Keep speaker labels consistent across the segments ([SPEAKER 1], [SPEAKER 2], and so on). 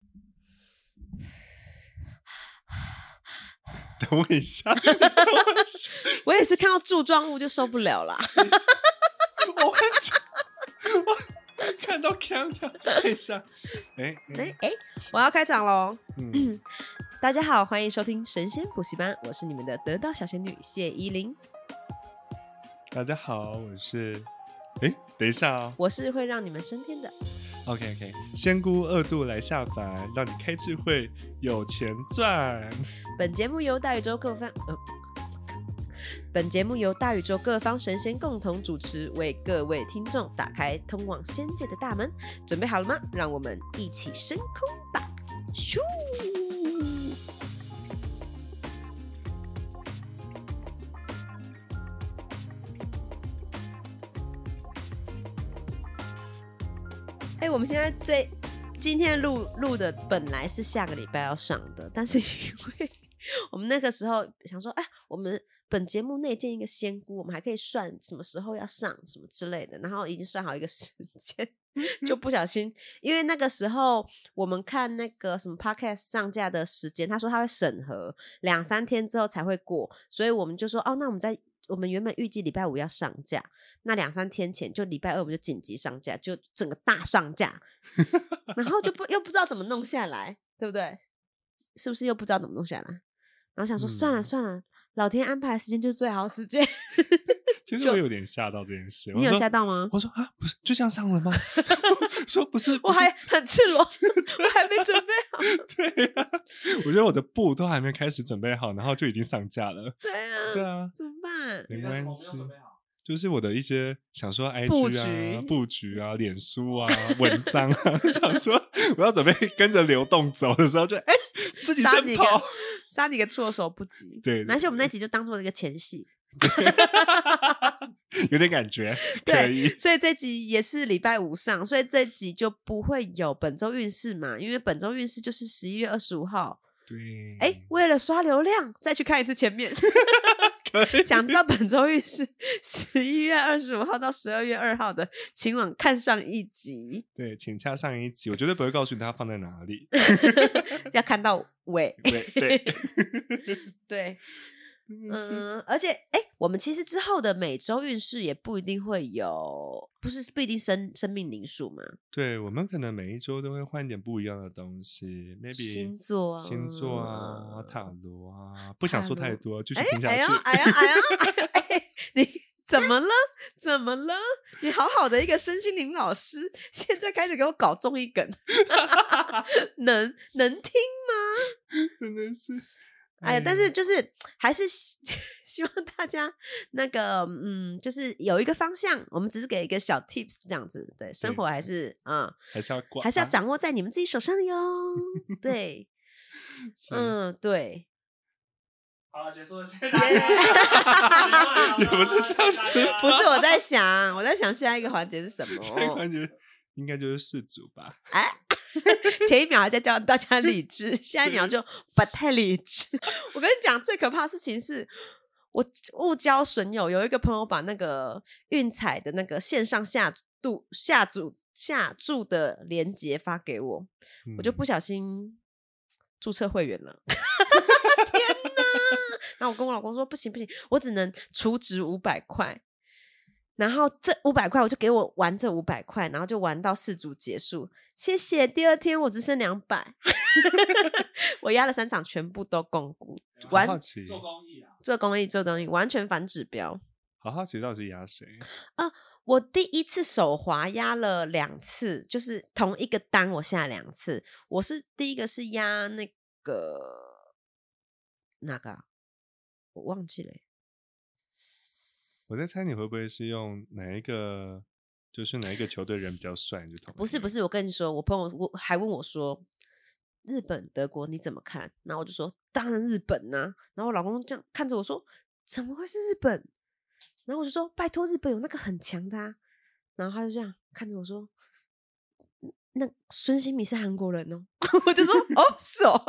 [SPEAKER 1] 问一下，
[SPEAKER 2] 我也是看到柱状物就受不了 啦。
[SPEAKER 1] 我很我看到 c a m 等一下，哎、
[SPEAKER 2] 哎哎，我要开场喽！
[SPEAKER 1] 嗯，
[SPEAKER 2] 大家好，欢迎收听神仙补习班，我是你们的得道小仙女谢依霖，
[SPEAKER 1] 大家好，我是，哎、等一下哦
[SPEAKER 2] 我是会让你们升天的。
[SPEAKER 1] ，OK OK，仙姑二度来下凡，让你开智慧，有钱赚。
[SPEAKER 2] 本节目由大宇宙各方呃，本节目由大宇宙各方神仙共同主持，为各位听众打开通往仙界的大门。准备好了吗？让我们一起升空吧！咻！哎、我们现在这今天录录的本来是下个礼拜要上的，但是因为我们那个时候想说，哎，我们本节目内建一个仙姑，我们还可以算什么时候要上什么之类的，然后已经算好一个 时间，就
[SPEAKER 1] 嗯
[SPEAKER 2] 不小心，因为那个时候我们看那个什么 podcast 上架的时间，他说他会审核两三天之后才会过，所以我们就说，哦，那我们在。我们原本预计礼拜五要上架，那两三天前就礼拜二我们就紧急上架，就整个大上架， 然后就不又不知道怎么弄下来，对不对？是不是又不知道怎么弄下来？然后想说、算了
[SPEAKER 1] 嗯
[SPEAKER 2] 算了，老天安排的时间就是最好的时间。
[SPEAKER 1] 其实
[SPEAKER 2] 就
[SPEAKER 1] 我有点吓到这件事，
[SPEAKER 2] 你
[SPEAKER 1] 我
[SPEAKER 2] 有
[SPEAKER 1] 说
[SPEAKER 2] 吓 到吗？
[SPEAKER 1] 我说啊，不是就这样上了 吗？说不是，不
[SPEAKER 2] 我
[SPEAKER 1] 是
[SPEAKER 2] 还很赤 裸，我还没准备好。
[SPEAKER 1] 对啊，我觉得我的布都还没开始准备好，然后就已经上架了。
[SPEAKER 2] 对啊，
[SPEAKER 1] 对啊，
[SPEAKER 2] 怎么办？
[SPEAKER 1] 没关系，就是我的一些想说 IG 啊、
[SPEAKER 2] 布
[SPEAKER 1] 布
[SPEAKER 2] 局
[SPEAKER 1] 局啊、脸书 啊、文章啊，想说我要准备跟着流动走的时候就，哎，自己
[SPEAKER 2] 杀
[SPEAKER 1] 先
[SPEAKER 2] 你个
[SPEAKER 1] 跑。
[SPEAKER 2] 杀你个措手不及。
[SPEAKER 1] 对对
[SPEAKER 2] 而且我们那
[SPEAKER 1] 对
[SPEAKER 2] 集就当做一个前戏。
[SPEAKER 1] 有点感觉，可以
[SPEAKER 2] 对，。所以这集也是礼拜五上，所以这集就不会有本周运势嘛，因为本周运势就是十一月二十五号。
[SPEAKER 1] 对，
[SPEAKER 2] 哎、为了刷流量，再去看一次前面。
[SPEAKER 1] 可以，
[SPEAKER 2] 想知道本周运势，十一月二十五号到十二月二号的，请往看上一集，
[SPEAKER 1] 对，请洽上一集，我绝对不会告诉你它放在哪 里。
[SPEAKER 2] 要看到尾。
[SPEAKER 1] 对 对，
[SPEAKER 2] 对，
[SPEAKER 1] 嗯，
[SPEAKER 2] 嗯，而且哎、我们其实之后的每周运势也不一定会有，不是不一定生生命灵数嘛，
[SPEAKER 1] 对，我们可能每一周都会换一点不一样的东西，maybe
[SPEAKER 2] 星座啊，
[SPEAKER 1] 星座啊、塔罗啊，不
[SPEAKER 2] 塔
[SPEAKER 1] 想说
[SPEAKER 2] 罗
[SPEAKER 1] 太多，继续
[SPEAKER 2] 哎
[SPEAKER 1] 听下
[SPEAKER 2] 哎
[SPEAKER 1] 去
[SPEAKER 2] 呦。哎呦哎呦哎呦哎，你怎么了？怎么了？你好好的一个身心灵老师，现在开始给我搞综艺梗， 能能 听吗？
[SPEAKER 1] 真的是，
[SPEAKER 2] 哎呀，但
[SPEAKER 1] 呦
[SPEAKER 2] 是就是还是希 希望大家那个嗯，就是有一个方向，我们只是给一个小 tips 这样子，对，生
[SPEAKER 1] 对
[SPEAKER 2] 活还是嗯，
[SPEAKER 1] 还是要啊挂，
[SPEAKER 2] 还是要
[SPEAKER 1] 长。
[SPEAKER 2] 掌握在你们自己手上 的哟。对，
[SPEAKER 1] 是
[SPEAKER 2] 嗯，对，
[SPEAKER 3] 好了，结束了，谢谢大 家。
[SPEAKER 1] 也
[SPEAKER 3] 也
[SPEAKER 1] 不是这 样子
[SPEAKER 2] 不
[SPEAKER 3] 啊
[SPEAKER 2] 是我在想，我在想下一个环节是 什 么？
[SPEAKER 1] 这感觉应该就是氏族吧？
[SPEAKER 2] 前一秒还在教大家理 智，下一秒就不太理智。我跟你讲，最可怕的事情是。我误交损友，有一个朋友把那个运彩的那个线上下注下注下注的链接发给我，我就
[SPEAKER 1] 嗯
[SPEAKER 2] 不小心注册会员了。天 哪！然后我跟我老公说不行不行，我只能储值五百块。然后这五百块我就给我玩这五百块，然后就玩到四组结束。谢谢。第二天我只剩两百， 我压了三场全部都共股，
[SPEAKER 1] 好
[SPEAKER 2] 完
[SPEAKER 1] 好奇，
[SPEAKER 3] 做公益啊，
[SPEAKER 2] 做公益做东西完全反指标。
[SPEAKER 1] 好好奇到底是压谁？
[SPEAKER 2] 我第一次手滑压了两次，就是同一个单我下两次。我是第一个是压那个哪个、啊，我忘记了欸、
[SPEAKER 1] 我在猜你会不会是用哪一个，就是哪一个球队人比较帅你就同
[SPEAKER 2] 不是不
[SPEAKER 1] 是，
[SPEAKER 2] 是，我跟你说，我朋友我还问我说，日本、德国你怎么看？然后我就说，当然日本呐、然后我老公这样看着我说，怎么会是日本？然后我就说，拜托，日本有那个很强的、啊。然后他就这样看着我说，嗯那孙兴民是韩国人哦。 我就说，哦，是哦。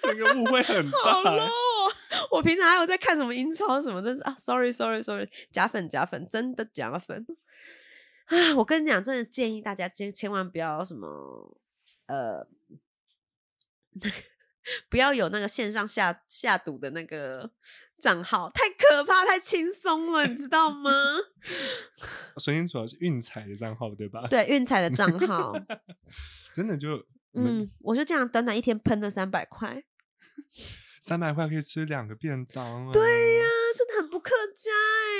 [SPEAKER 1] 这个误会很
[SPEAKER 2] 好
[SPEAKER 1] 大
[SPEAKER 2] low
[SPEAKER 1] 欸。
[SPEAKER 2] 哦！ 我平常还有在看什么英超什么，真是啊，sorry sorry sorry，假粉假粉，真的假粉啊！我跟你讲，真的建议大家千千万不要什么呃， 不要有那个线上下下赌的那个账号，太可怕，太轻松了，你知道吗？
[SPEAKER 1] 首先主要是运彩的账号对吧？，
[SPEAKER 2] 对，运彩的账 号，
[SPEAKER 1] 真的就嗯，
[SPEAKER 2] 嗯，我就这样短短一天喷了三百块，啊，
[SPEAKER 1] 三百块可以吃两个便当、啊。对呀、
[SPEAKER 2] 真的很不客家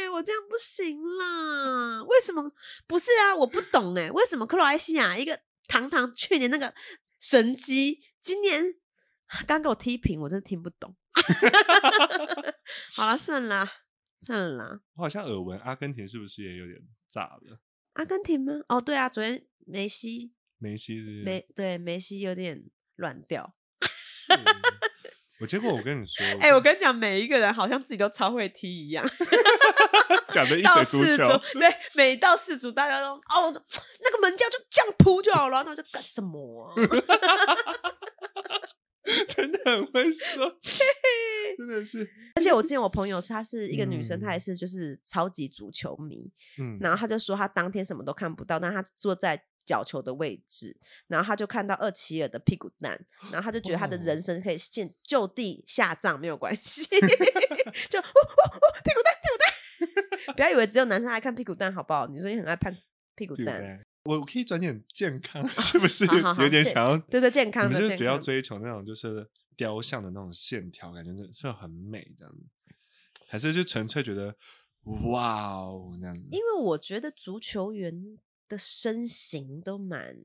[SPEAKER 2] 哎、我这样不行啦，为什么？不是啊，我不懂哎、为什么克罗埃西亚一个堂堂去年那个神机，今年刚给我踢平，我真的听不懂。 好了，算了啦，算了啦。
[SPEAKER 1] 我好像耳闻阿根廷是不是也有点炸了？
[SPEAKER 2] 阿根廷吗？哦，对啊，昨天梅西
[SPEAKER 1] 梅西是不是
[SPEAKER 2] 梅对梅西有点乱掉。
[SPEAKER 1] 嗯我结果我跟你说，
[SPEAKER 2] 哎、我跟你讲，每一个人好像自己都超会踢一样，
[SPEAKER 1] 讲的一
[SPEAKER 2] 到
[SPEAKER 1] 嘴足
[SPEAKER 2] 四
[SPEAKER 1] 球
[SPEAKER 2] 足，对，每到四足大家都哦，那个门将就这样扑就好了，那我就干什么啊、
[SPEAKER 1] 真的很会说，真的是，
[SPEAKER 2] 而且我之前我朋友是她是一个女生，她也
[SPEAKER 1] 嗯
[SPEAKER 2] 是就是超级足球迷，
[SPEAKER 1] 嗯，
[SPEAKER 2] 然后她就说她当天什么都看不到，但她坐在。角球的位置，然后她就看到厄齐尔的屁股蛋，然后她就觉得她的
[SPEAKER 1] 哦
[SPEAKER 2] 人生可以现就地下葬没有关系， 就哦哦哦屁股蛋屁股蛋，不 要以为只有男生爱看屁股蛋好不好？女生也很爱看屁股
[SPEAKER 1] 对不
[SPEAKER 2] 蛋，
[SPEAKER 1] 对？我我可以转点健 康，是不是
[SPEAKER 2] 好好好
[SPEAKER 1] 有点
[SPEAKER 2] 健
[SPEAKER 1] 想要？
[SPEAKER 2] 对对健康
[SPEAKER 1] 你们
[SPEAKER 2] 的
[SPEAKER 1] 是不是
[SPEAKER 2] 健
[SPEAKER 1] 比较
[SPEAKER 2] 康的
[SPEAKER 1] 追求那种就是雕像的那种线条，感觉是是很美这样子，还是就纯粹觉得哇哦那样子？
[SPEAKER 2] 因为我觉得足球员的身形都蛮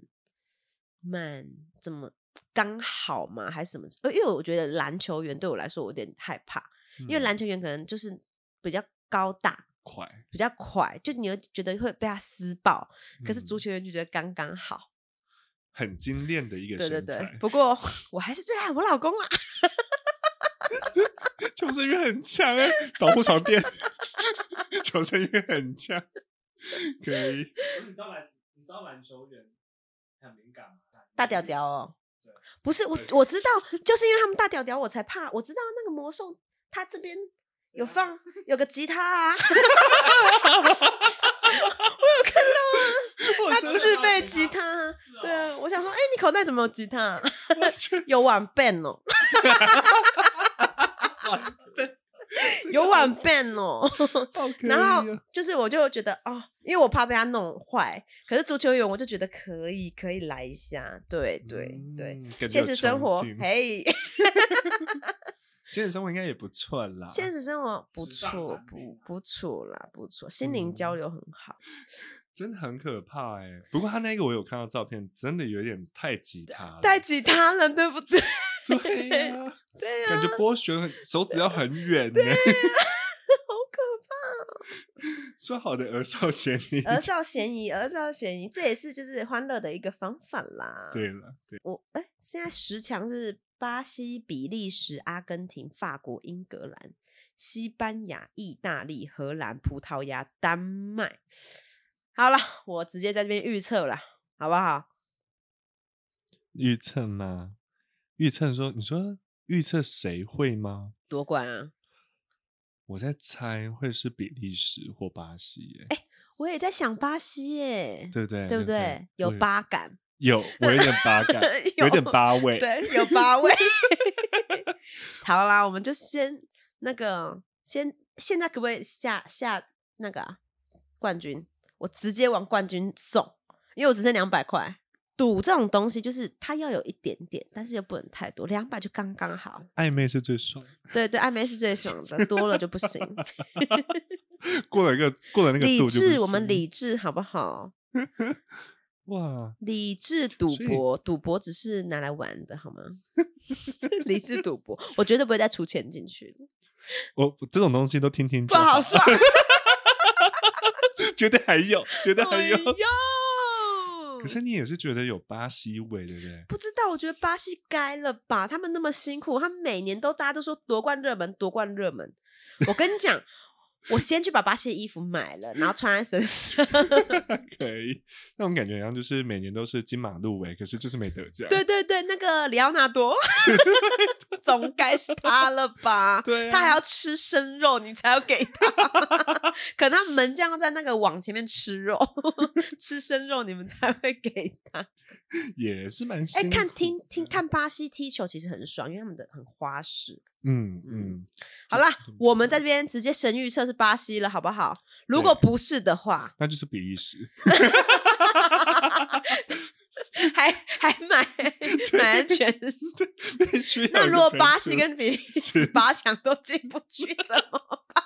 [SPEAKER 2] 蛮怎么刚好嘛，还是怎么？呃，因为我觉得篮球员对我来说我有点害怕，因为
[SPEAKER 1] 嗯
[SPEAKER 2] 篮球员可能就是比较高大，
[SPEAKER 1] 快，
[SPEAKER 2] 比较快，就你会觉得会被他撕爆。可是足
[SPEAKER 1] 嗯
[SPEAKER 2] 球员就觉得刚刚好，
[SPEAKER 1] 很精炼的一个
[SPEAKER 2] 对对
[SPEAKER 1] 身
[SPEAKER 2] 对。
[SPEAKER 1] 材，
[SPEAKER 2] 不过我还是最爱我老公啊，
[SPEAKER 1] 求生欲很强哎，保护床垫， 求生欲很强，可以。
[SPEAKER 3] 可是你知道篮，你知道篮球员很敏感吗？
[SPEAKER 2] 大屌屌哦
[SPEAKER 3] 对。
[SPEAKER 2] 不是我
[SPEAKER 1] 对，
[SPEAKER 2] 我知道，就是因为他们大屌屌，我才怕。我知道那个魔兽，他这边有放有个吉他啊，
[SPEAKER 1] 我
[SPEAKER 2] 他
[SPEAKER 1] 真
[SPEAKER 2] 自
[SPEAKER 1] 的
[SPEAKER 2] 备吉他啊。
[SPEAKER 3] 是哦
[SPEAKER 2] 对啊，我想说，哎、你口袋怎么有吉他啊、
[SPEAKER 1] 我觉得
[SPEAKER 2] 有碗 band 哦，有碗 band 哦。
[SPEAKER 1] 好可以
[SPEAKER 2] 然后
[SPEAKER 1] 哦
[SPEAKER 2] 就是，我就觉得哦，因为我怕被他弄坏，可是足球员我就觉得可以，可以来一下。对对对，
[SPEAKER 1] 嗯感觉
[SPEAKER 2] 现
[SPEAKER 1] 有
[SPEAKER 2] 实生
[SPEAKER 1] 冲
[SPEAKER 2] 活
[SPEAKER 1] 劲，
[SPEAKER 2] 嘿，
[SPEAKER 1] 现实生活应该也不错啦。
[SPEAKER 2] 现实生活不
[SPEAKER 3] 时尚
[SPEAKER 2] 错
[SPEAKER 3] 蓝，领
[SPEAKER 2] 不
[SPEAKER 3] 啊
[SPEAKER 2] 不错啦，不错，心灵交
[SPEAKER 1] 嗯
[SPEAKER 2] 流很好。
[SPEAKER 1] 真的很可怕哎、不过他那个我有看到照片，真的有点太吉他了，
[SPEAKER 2] 带吉他了，对不对？
[SPEAKER 1] 对呀、
[SPEAKER 2] 对呀、
[SPEAKER 1] 感觉拨弦很手指要很远呢、
[SPEAKER 2] 好可哦
[SPEAKER 1] 说好的儿少咸宁，
[SPEAKER 2] 怕！儿少嫌疑，儿少嫌疑，这也是就是欢乐的一个方法啦。，
[SPEAKER 1] 对了，对，
[SPEAKER 2] 我哎、现在十强是巴西、比利时、阿根廷、法国、英格兰、西班牙、意大利、荷兰、葡萄牙、丹麦。好了，我直接在这边预测了，好不好？
[SPEAKER 1] 预测嘛，预测说，你说预测谁会吗？
[SPEAKER 2] 夺冠啊！
[SPEAKER 1] 我在猜会是比利时或巴西、耶，
[SPEAKER 2] 我也在想巴西耶，
[SPEAKER 1] 对不对？
[SPEAKER 2] 对不对？有
[SPEAKER 1] 我
[SPEAKER 2] 八感，，
[SPEAKER 1] 有，我有点八感有点
[SPEAKER 2] 有
[SPEAKER 1] 八位，
[SPEAKER 2] 对，有八位。 好啦，我们就先那个，先现在可不可以下下那个啊、冠军？我直接往冠军送，因为我只剩两百块。赌这种东西就是它要有一点点，但是又不能太多，两百就刚刚好。
[SPEAKER 1] 暧昧是最爽。
[SPEAKER 2] 对对，暧昧是最爽的，多了就不行。
[SPEAKER 1] 过了一个过了那个
[SPEAKER 2] 理
[SPEAKER 1] 度就不
[SPEAKER 2] 智，我们
[SPEAKER 1] 行
[SPEAKER 2] 理智好不好？
[SPEAKER 1] 哇，
[SPEAKER 2] 理智赌
[SPEAKER 1] 所以
[SPEAKER 2] 博，赌博只是拿来玩 的，好吗？理智赌博，我绝对不会再出钱进去了
[SPEAKER 1] 我我这种东西都听听
[SPEAKER 2] 不
[SPEAKER 1] 就
[SPEAKER 2] 好说。
[SPEAKER 1] 绝对还有， 绝对还有。
[SPEAKER 2] 有
[SPEAKER 1] 可是你也是觉得有巴西味，对不对？
[SPEAKER 2] 不知道，我觉得巴西该了吧？他们那么辛苦，他们每年都大家都说夺冠热门，夺冠热门。我跟你讲，我先去把巴西的衣服买了，然后穿在身上。
[SPEAKER 1] 可以，那种感觉，然后就是每年都是金马入围，可是就是没得奖。
[SPEAKER 2] 对对对，那个里奥 纳多，总该是他了吧？
[SPEAKER 1] 对啊
[SPEAKER 2] 他还要吃生肉，你才要给他。 可能他 门将要在那个网前面吃肉，吃生肉，你们才会给他。
[SPEAKER 1] 也是蛮
[SPEAKER 2] 哎、
[SPEAKER 1] 辛苦。
[SPEAKER 2] 看听听，看巴西踢球其实很爽，因为他们的很花式。
[SPEAKER 1] 嗯嗯，
[SPEAKER 2] 好啦，我们在这边直接神预测是巴西了，好不好？如果不是的话，
[SPEAKER 1] 那就是比利 时。
[SPEAKER 2] 还还 买买安全。
[SPEAKER 1] 必须要有
[SPEAKER 2] 那
[SPEAKER 1] 一
[SPEAKER 2] 如
[SPEAKER 1] 个
[SPEAKER 2] 果
[SPEAKER 1] 分
[SPEAKER 2] 巴西
[SPEAKER 1] 数
[SPEAKER 2] 跟比利时八强都进不去怎么办？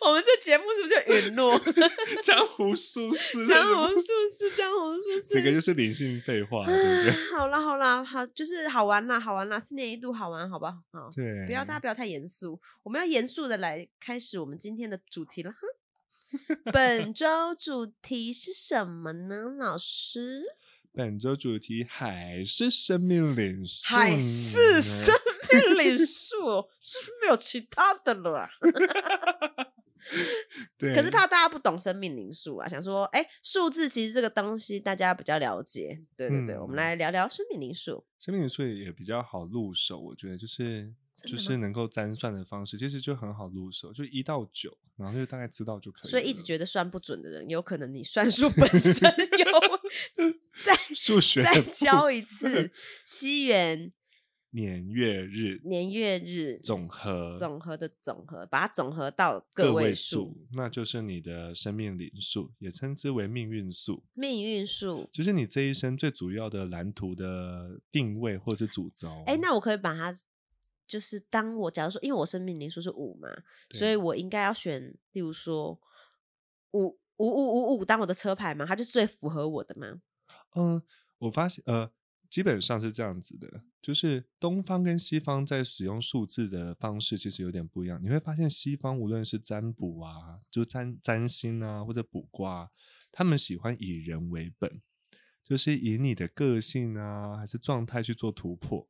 [SPEAKER 2] 我们这节目是不是就 陨落？
[SPEAKER 1] 江湖术士，
[SPEAKER 2] 江湖术士，江湖术士，
[SPEAKER 1] 这个就是灵性废话，对不
[SPEAKER 2] 啊
[SPEAKER 1] 对？，
[SPEAKER 2] 好啦好啦，好就是好玩啦，好玩啦，四年一度好玩，好不好？好，
[SPEAKER 1] 对，
[SPEAKER 2] 不要大家不要太严肃，我们要严肃的来开始我们今天的主题了哈。本 周主题是什么呢？老师，
[SPEAKER 1] 本周主题还是生命灵数呢，
[SPEAKER 2] 海是生 命灵数，是不是没有其他的了啊？
[SPEAKER 1] 对，
[SPEAKER 2] 可是怕大家不懂生命灵数啊，想说，哎，数字其实这个东西大家比较了解，对对对，我们
[SPEAKER 1] 嗯
[SPEAKER 2] 来聊聊生命灵数。
[SPEAKER 1] 生命灵数也比较好入手，我觉得就是
[SPEAKER 2] 真
[SPEAKER 1] 就
[SPEAKER 2] 的
[SPEAKER 1] 是能够占算的方式，其实就很好入手，就一到九，然后就大概知道就可以了。
[SPEAKER 2] 所以一直觉得算不准的人，有可能你算术本 身有 再
[SPEAKER 1] 数学
[SPEAKER 2] 再
[SPEAKER 1] 不
[SPEAKER 2] 教一次西元
[SPEAKER 1] 年月日
[SPEAKER 2] 年月日
[SPEAKER 1] 总和
[SPEAKER 2] 总和的总和，把它总和到
[SPEAKER 1] 个
[SPEAKER 2] 位
[SPEAKER 1] 位数，那就是你的生命灵数，也称之为命运数。
[SPEAKER 2] 命运数。
[SPEAKER 1] 就是你这一生最主要的蓝图的定位或是主轴。
[SPEAKER 2] 哎、那我可以把它，就是当我假如说，因为我生命灵数是五嘛，所
[SPEAKER 1] 对
[SPEAKER 2] 以我应该要选，例如说五五五五五当我的车牌嘛，它就是最符合我的嘛。
[SPEAKER 1] 嗯、我发现呃，基本上是这样子的，就是东方跟西方在使用数字的方式其实有点不一样。你会发现西方无论是占卜啊，就占占星啊，或者卜卦、啊，他们喜欢以人为本，就是以你的个性啊还是状态去做突破。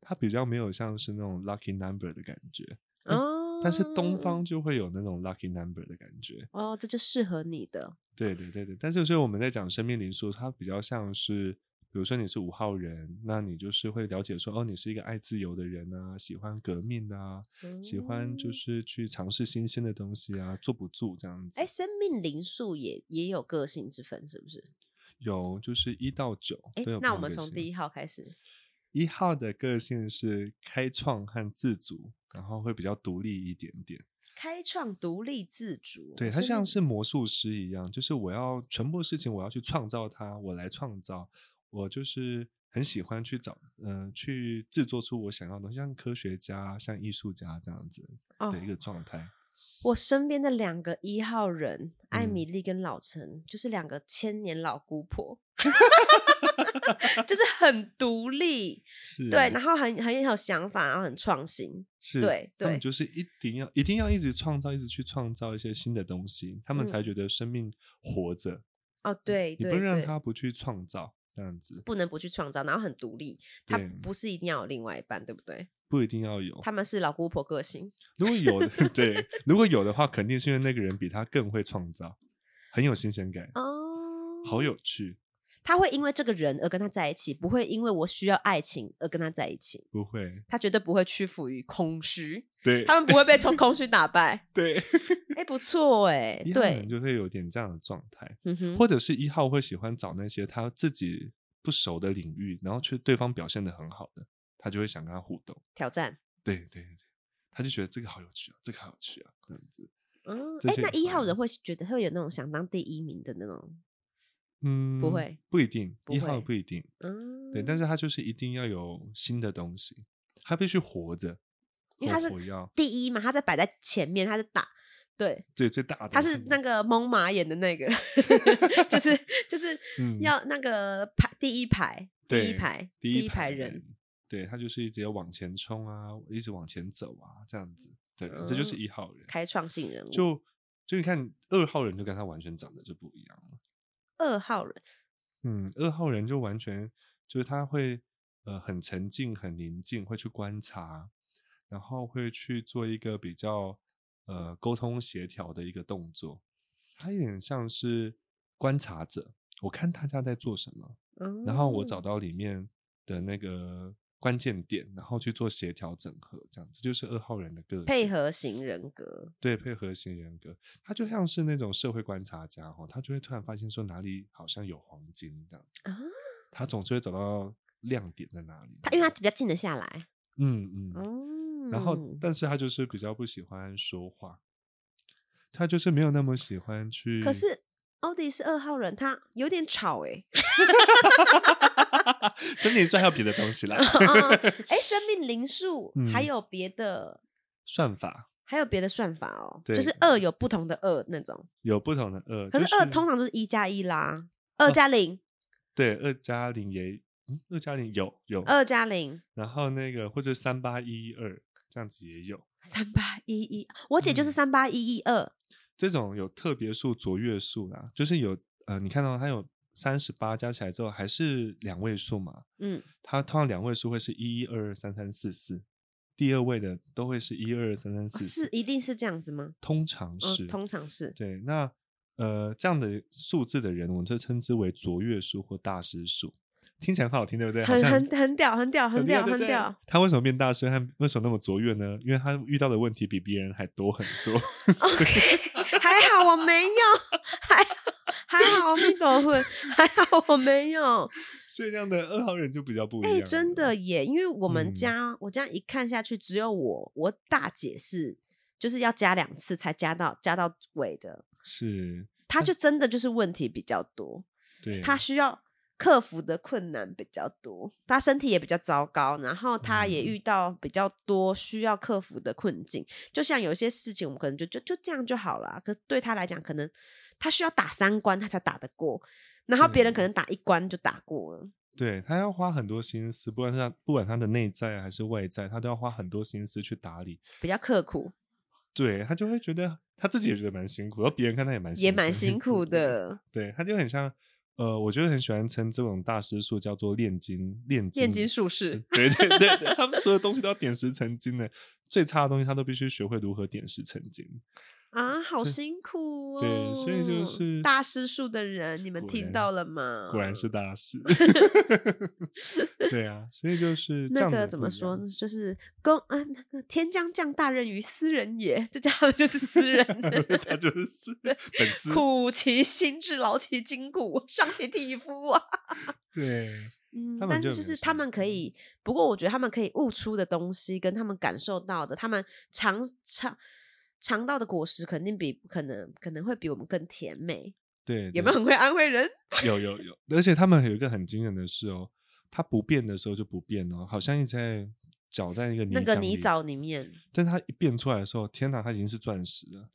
[SPEAKER 1] 它比较没有像是那种 lucky number 的感觉，嗯
[SPEAKER 2] 哦，
[SPEAKER 1] 但是东方就会有那种 lucky number 的感觉。
[SPEAKER 2] 哦，这就适合你的。
[SPEAKER 1] 对对对对，但是所以我们在讲生命灵数，它比较像是，比如说你是五号人，那你就是会了解说，哦，你是一个爱自由的人啊，喜欢革命啊，喜欢就
[SPEAKER 2] 嗯
[SPEAKER 1] 是去尝试新鲜的东西啊，坐不住这样子。
[SPEAKER 2] 哎，生命灵数也也有个性之分，是不是？
[SPEAKER 1] 有就是一到九
[SPEAKER 2] 哎
[SPEAKER 1] 都有，不
[SPEAKER 2] 那我
[SPEAKER 1] 同
[SPEAKER 2] 们
[SPEAKER 1] 个
[SPEAKER 2] 从
[SPEAKER 1] 性啊
[SPEAKER 2] 第一号开始。
[SPEAKER 1] 一号的个性是开创和自主，然后会比较独立一点点。
[SPEAKER 2] 开创、独立、自主，
[SPEAKER 1] 对，它
[SPEAKER 2] 生
[SPEAKER 1] 像
[SPEAKER 2] 命
[SPEAKER 1] 是魔术师一样，就是我要全部事情我要去创造它，我来创造。我就是很喜欢去找，呃，去制作出我想要的东西，像科学家、像艺术家这样子
[SPEAKER 2] 哦
[SPEAKER 1] 的一个状态。
[SPEAKER 2] 我身边的两个一号人，艾
[SPEAKER 1] 嗯
[SPEAKER 2] 米丽跟老陈，就是两个千年老姑婆， 就是很独立，
[SPEAKER 1] 是，啊
[SPEAKER 2] 对，然后很很有想法，然后很创新，
[SPEAKER 1] 是，
[SPEAKER 2] 对
[SPEAKER 1] 他们
[SPEAKER 2] 对
[SPEAKER 1] 就是一定要一定要一直创造，一直去创造一些新的东西，他们才
[SPEAKER 2] 嗯
[SPEAKER 1] 觉得生命活着。
[SPEAKER 2] 哦，对
[SPEAKER 1] 嗯你
[SPEAKER 2] 对
[SPEAKER 1] 不能让
[SPEAKER 2] 对，
[SPEAKER 1] 他不去创造，这样子
[SPEAKER 2] 不能不去创造，然后很独立，他
[SPEAKER 1] 对哦
[SPEAKER 2] 不是一定要有另外一半，对不对？
[SPEAKER 1] 不一定要有。
[SPEAKER 2] 他们是老姑婆个性，
[SPEAKER 1] 如果有的， 对，如果有的话，肯定是因为那个人比他更会创造，很有新鲜感。
[SPEAKER 2] 哦，
[SPEAKER 1] 好有趣，
[SPEAKER 2] 他会因为这个人而跟他在一起，不会因为我需要爱情而跟他在一起，
[SPEAKER 1] 不会？
[SPEAKER 2] 他绝对不会屈服于空虚，
[SPEAKER 1] 对
[SPEAKER 2] 他们不会被从空虚 打败。
[SPEAKER 1] 对，
[SPEAKER 2] 哎、不错哎、
[SPEAKER 1] 一号
[SPEAKER 2] 对
[SPEAKER 1] 人，就会有点这样的状态，
[SPEAKER 2] 嗯哼，
[SPEAKER 1] 或者是一号会喜欢找那些他自己不熟的领域，然后却对方表现的很好的，他就会想跟他互动。
[SPEAKER 2] 挑战。
[SPEAKER 1] 对对对，他就觉得这个好有趣啊，这个好有趣啊，这样子。
[SPEAKER 2] 嗯，
[SPEAKER 1] 这
[SPEAKER 2] 哎、
[SPEAKER 1] 些
[SPEAKER 2] 那
[SPEAKER 1] 也
[SPEAKER 2] 一
[SPEAKER 1] 可
[SPEAKER 2] 号
[SPEAKER 1] 以
[SPEAKER 2] 人会觉得会有那种想当第一名的那种，
[SPEAKER 1] 嗯，
[SPEAKER 2] 会，
[SPEAKER 1] 不一定，
[SPEAKER 2] 不
[SPEAKER 1] 一号
[SPEAKER 2] 会
[SPEAKER 1] 不一定，
[SPEAKER 2] 嗯，
[SPEAKER 1] 对，但是他就是一定要有新的东西，他必须活着，
[SPEAKER 2] 因为他
[SPEAKER 1] 活
[SPEAKER 2] 是
[SPEAKER 1] 活要
[SPEAKER 2] 第一嘛，他在摆在前面，他是打，对，
[SPEAKER 1] 最最大的，
[SPEAKER 2] 他是那个蒙马演的那个， 就是就是
[SPEAKER 1] 嗯
[SPEAKER 2] 要那个排第一排，第一
[SPEAKER 1] 对
[SPEAKER 2] 排，
[SPEAKER 1] 第
[SPEAKER 2] 一排人，。
[SPEAKER 1] 对他就是一直要往前冲啊，一直往前走啊，这样子。对，这就是
[SPEAKER 2] 嗯
[SPEAKER 1] 一号人。
[SPEAKER 2] 开创性人物，
[SPEAKER 1] 就就你看二号人就跟他完全长得就不一样了。
[SPEAKER 2] 二号人，
[SPEAKER 1] 嗯，二号人就完全就是他会呃很沉静、很宁静，会去观察，然后会去做一个比较呃沟通协调的一个动作。他有点像是观察者，我看大家在做什么，然后我
[SPEAKER 2] 嗯
[SPEAKER 1] 找到里面的那个关键点，然后去做协调整合，这样子就是二号人的个性
[SPEAKER 2] 配合型人格，
[SPEAKER 1] 对配合型人格，他就像是那种社会观察家哦，他就会突然发现说哪里好像有黄金这样
[SPEAKER 2] 啊
[SPEAKER 1] 他总是会找到亮点在哪里。
[SPEAKER 2] 他因为他比较静得下来，
[SPEAKER 1] 嗯嗯，
[SPEAKER 2] 嗯，
[SPEAKER 1] 然后但是他就是比较不喜欢说话，他就是没有那么喜欢去。
[SPEAKER 2] 可是奥迪是二号人，他有点吵哎、，
[SPEAKER 1] 身体算还有别的东西啦
[SPEAKER 2] 啊哎、生命灵数、还
[SPEAKER 1] 嗯
[SPEAKER 2] 有别的，
[SPEAKER 1] 算法
[SPEAKER 2] 还有别的算法哦，就
[SPEAKER 1] 对
[SPEAKER 2] 是二有不同的二那种，
[SPEAKER 1] 有不同的二，
[SPEAKER 2] 可
[SPEAKER 1] 就是哦
[SPEAKER 2] 二通常都是一加一啦，二加零，
[SPEAKER 1] 对二加零也，嗯，二加零有有，
[SPEAKER 2] 二加零。
[SPEAKER 1] 然后那个或者三八一二这样子也有，
[SPEAKER 2] 三八一一，我姐就是
[SPEAKER 1] 嗯
[SPEAKER 2] 三八一一二，
[SPEAKER 1] 这种有特别数、卓越数啦，就是有呃，你看到它有三十八加起来之后还是两位数嘛，
[SPEAKER 2] 嗯，
[SPEAKER 1] 它通常两位数会是一一二二三三四四，第二位的都会是一二二三三
[SPEAKER 2] 哦
[SPEAKER 1] 四
[SPEAKER 2] 是
[SPEAKER 1] 四，
[SPEAKER 2] 一定是这样子吗？
[SPEAKER 1] 通常是、
[SPEAKER 2] 嗯，通常是
[SPEAKER 1] 对，那呃，这样的数字的人，我们就称之为卓越数或大师数。听起来很好听，对不对？好
[SPEAKER 2] 很
[SPEAKER 1] 像
[SPEAKER 2] 很很屌，很屌，很
[SPEAKER 1] 厉害
[SPEAKER 2] 屌，
[SPEAKER 1] 对
[SPEAKER 2] 很
[SPEAKER 1] 不对
[SPEAKER 2] 屌。
[SPEAKER 1] 他为什么变大师，和为什么那么卓越呢？因为他遇到的问题比别人还多很多。
[SPEAKER 2] OK，还好我没有，还好还好，阿弥陀佛，还好我没有。
[SPEAKER 1] 所以这样的二号人就比较不一
[SPEAKER 2] 哎、
[SPEAKER 1] 样了。
[SPEAKER 2] 真的耶，因为我们
[SPEAKER 1] 嗯
[SPEAKER 2] 家、我这样一看下去，只有我，我大姐是就是要加两次才加到加到尾的，
[SPEAKER 1] 是，
[SPEAKER 2] 她就真的就是问题比较
[SPEAKER 1] 嗯
[SPEAKER 2] 多，
[SPEAKER 1] 对，
[SPEAKER 2] 她需要克服的困难比较多，她身体也比较糟糕，然后她也
[SPEAKER 1] 嗯
[SPEAKER 2] 遇到比较多需要克服的困境。就像有些事情，我们可能就就就这样就好了啊，可对她来讲，可能她需要打三关，她才打得过，然后别人可
[SPEAKER 1] 对
[SPEAKER 2] 能打一关就打过了。
[SPEAKER 1] 对他要花很多心思，不管是他不管他的内在还是外在，他都要花很多心思去打理。
[SPEAKER 2] 比较刻苦，
[SPEAKER 1] 对他就会觉得他自己也觉得蛮辛苦，然后别人看他也蛮
[SPEAKER 2] 也 蛮辛苦
[SPEAKER 1] 的。
[SPEAKER 2] 的。
[SPEAKER 1] 对，他就很像。呃，我就很喜欢称这种大师术叫做炼金，炼金，
[SPEAKER 2] 炼金术士，
[SPEAKER 1] 对对对 对，他们所有东西都要点石成金的，最差的东西他都必须学会如何点石成金。
[SPEAKER 2] 啊，好
[SPEAKER 1] 所以
[SPEAKER 2] 辛苦哦！
[SPEAKER 1] 对所以就
[SPEAKER 2] 大
[SPEAKER 1] 是
[SPEAKER 2] 师术的人，你们
[SPEAKER 1] 果
[SPEAKER 2] 听
[SPEAKER 1] 然
[SPEAKER 2] 到了吗？
[SPEAKER 1] 果然是大 师。对啊，所以就是这
[SPEAKER 2] 那
[SPEAKER 1] 样的
[SPEAKER 2] 个
[SPEAKER 1] 人
[SPEAKER 2] 怎
[SPEAKER 1] 不
[SPEAKER 2] 么
[SPEAKER 1] 一
[SPEAKER 2] 说
[SPEAKER 1] 样，
[SPEAKER 2] 呢？就是公啊，那个天将降大任于斯人也，这家伙就是斯人
[SPEAKER 1] 他就是粉丝。
[SPEAKER 2] 苦其心志，劳其筋骨，伤其体肤 啊。
[SPEAKER 1] 对，
[SPEAKER 2] 嗯
[SPEAKER 1] 他，们
[SPEAKER 2] 但
[SPEAKER 1] 就是很
[SPEAKER 2] 就是
[SPEAKER 1] 辛
[SPEAKER 2] 他们可
[SPEAKER 1] 苦
[SPEAKER 2] 以，不过我觉得他们可以悟出的东西，跟他们感受到的，他们尝尝尝到的果实，肯定比可能可能会比我们更甜美。
[SPEAKER 1] 对，
[SPEAKER 2] 有没有很会安慰人？
[SPEAKER 1] 对有有有，而且他们有一个很惊人的事哦，他不变的时候就不变哦，好像一直在搅在一个泥
[SPEAKER 2] 那个
[SPEAKER 1] 浆
[SPEAKER 2] 泥
[SPEAKER 1] 里
[SPEAKER 2] 沼里面，
[SPEAKER 1] 但他一变出来的时候，天哪，他已经是钻石了。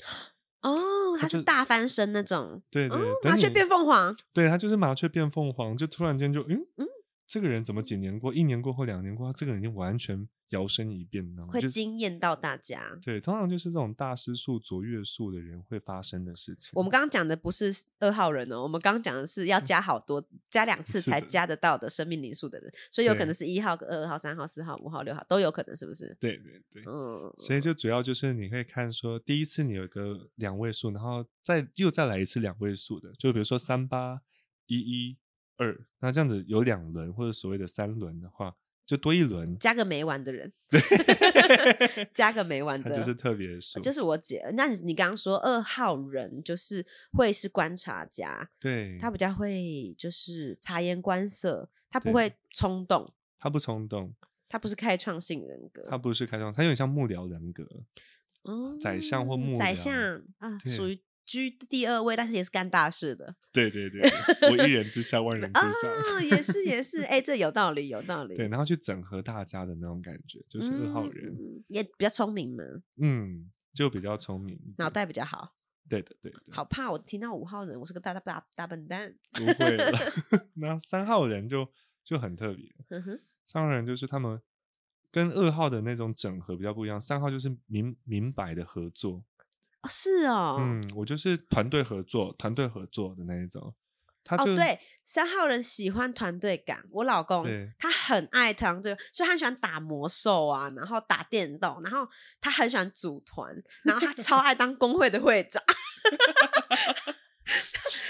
[SPEAKER 2] 哦，它
[SPEAKER 1] 它
[SPEAKER 2] 是
[SPEAKER 1] 就
[SPEAKER 2] 大翻身那种，
[SPEAKER 1] 对对，
[SPEAKER 2] 哦，
[SPEAKER 1] 等
[SPEAKER 2] 麻雀
[SPEAKER 1] 你
[SPEAKER 2] 变凤凰，
[SPEAKER 1] 对他就是麻雀变凤凰，就突然间就嗯
[SPEAKER 2] 嗯
[SPEAKER 1] 嗯，这个人怎么几年过，一年过后，两年过后，这个人已经完全摇身一变，你知道吗？
[SPEAKER 2] 会
[SPEAKER 1] 就
[SPEAKER 2] 惊艳到大家。
[SPEAKER 1] 对，通常就是这种大师术、卓越术的人会发生的事情。
[SPEAKER 2] 我们刚刚讲的不是二号人哦，我们刚刚讲的是要加好多，加两次
[SPEAKER 1] 嗯是
[SPEAKER 2] 才
[SPEAKER 1] 的
[SPEAKER 2] 加得到的生命灵数的人，所以有可
[SPEAKER 1] 对
[SPEAKER 2] 能是一号、二号、三号、四号、五号、六号都有可能，是不是？
[SPEAKER 1] 对对对，
[SPEAKER 2] 嗯，，
[SPEAKER 1] 所以就主要就是你可以看说，第一次你有一个两位数，然后再又再来一次两位数的，就比如说三八一一二，那这样子有两轮或者所谓的三轮的话，就多一轮
[SPEAKER 2] 加个没完的人， 加个没完
[SPEAKER 1] 它
[SPEAKER 2] 的，呃
[SPEAKER 1] 就是特别数，
[SPEAKER 2] 就是我姐。那你你刚刚说二号人就是会是观察家，
[SPEAKER 1] 对，
[SPEAKER 2] 他比较会就是察言观色，他不
[SPEAKER 1] 对
[SPEAKER 2] 会冲动，
[SPEAKER 1] 他不冲动，
[SPEAKER 2] 他不是开创性人格，
[SPEAKER 1] 他不是开创，他有点像幕僚人格，宰相或
[SPEAKER 2] 嗯
[SPEAKER 1] 幕
[SPEAKER 2] 宰
[SPEAKER 1] 僚
[SPEAKER 2] 相啊，属
[SPEAKER 1] 对
[SPEAKER 2] 于居第二位，但是也是干大事的
[SPEAKER 1] 对对对，我一人之 下万人之
[SPEAKER 2] 啊
[SPEAKER 1] 上，，
[SPEAKER 2] 也是也是，哎，这有道理，有道 理，
[SPEAKER 1] 对，然后去整合大家的那种感觉，就是二号
[SPEAKER 2] 嗯
[SPEAKER 1] 人，
[SPEAKER 2] 嗯嗯也比较聪明嘛，
[SPEAKER 1] 嗯，就比较聪明一点，
[SPEAKER 2] 脑袋比较好。
[SPEAKER 1] 对的对的，
[SPEAKER 2] 好怕我听到五号人，我是个大大大大笨 蛋。
[SPEAKER 1] 不会 了。那三号人就就很特别，
[SPEAKER 2] 哼哼
[SPEAKER 1] 三号人就是他们跟二号的那种整合比较不一样，三号就是明明白的合作，
[SPEAKER 2] 哦，是哦，
[SPEAKER 1] 嗯，我就是团队合作，团队合作的那一种，他
[SPEAKER 2] 哦
[SPEAKER 1] 就、
[SPEAKER 2] 对，三号人喜欢团队感。我老公
[SPEAKER 1] 对
[SPEAKER 2] 他很爱团队，所以他很喜欢打魔兽啊，然后打电动，然后他很喜欢组团，然后他超爱当工会的会长。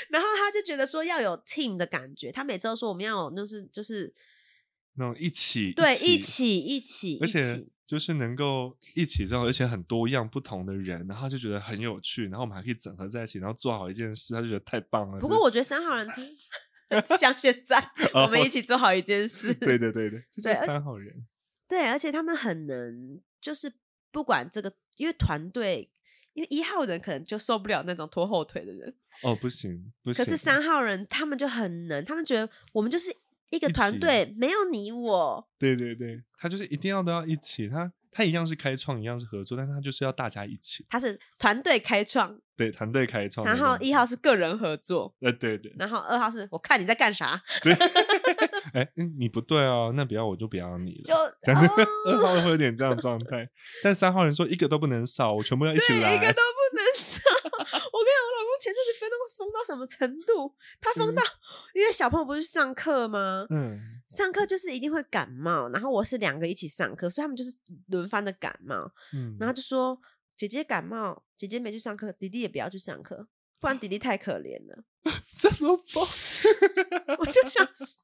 [SPEAKER 2] 然后他就觉得说要有 team 的感觉，他每次都说我们要有就是就是
[SPEAKER 1] 那种一起
[SPEAKER 2] 对，一起一起，
[SPEAKER 1] 而
[SPEAKER 2] 一
[SPEAKER 1] 且
[SPEAKER 2] 起
[SPEAKER 1] 就是能够一起之后，而且很多样不同的人，然后就觉得很有趣，然后我们还可以整合在一起，然后做好一件事，他就觉得太棒了。
[SPEAKER 2] 不
[SPEAKER 1] 就
[SPEAKER 2] 过
[SPEAKER 1] 是
[SPEAKER 2] 我觉得三号人 听，像现在我们一起做好一件事，
[SPEAKER 1] 哦 对对对对，这就
[SPEAKER 2] 对呃
[SPEAKER 1] 是
[SPEAKER 2] 而
[SPEAKER 1] 三好人，
[SPEAKER 2] 对，而且他们很能，就是不管这个，因为团队，因为一号人可能就受不了那种拖后腿的人，
[SPEAKER 1] 哦，不行不行。
[SPEAKER 2] 可是三号人他们就很能，他们觉得我们就是一个
[SPEAKER 1] 一
[SPEAKER 2] 团
[SPEAKER 1] 起
[SPEAKER 2] 队，没有你我，
[SPEAKER 1] 对对对，他就是一定要都要一起，他他一样是开创，一样是合作，但是他就是要大家一起，
[SPEAKER 2] 他是团队开创，
[SPEAKER 1] 对团队开创那
[SPEAKER 2] 然
[SPEAKER 1] 种。
[SPEAKER 2] 后一号是个人合作，
[SPEAKER 1] 呃，对对
[SPEAKER 2] 然后二号是我看你在干啥，
[SPEAKER 1] 对，哎、嗯你不对哦，那不要我就不要你了。
[SPEAKER 2] 就
[SPEAKER 1] 讲的二
[SPEAKER 2] 哦
[SPEAKER 1] 号会有点这样的状态，但三号人说一个都不能少，我全部要一起
[SPEAKER 2] 对，
[SPEAKER 1] 来。
[SPEAKER 2] 一个都不能少。 我跟你讲，我老公前阵子疯到疯到什么程度？他疯
[SPEAKER 1] 嗯
[SPEAKER 2] 到，因为小朋友不是去上课吗？
[SPEAKER 1] 嗯，
[SPEAKER 2] 上课就是一定会感冒，然后我是两个一起上课，所以他们就是轮番的感冒。
[SPEAKER 1] 嗯
[SPEAKER 2] 然后就说姐姐感冒，姐姐没去上课，弟弟也不要去上课，不然弟弟太可怜了。
[SPEAKER 1] 这么棒，
[SPEAKER 2] 我就想说，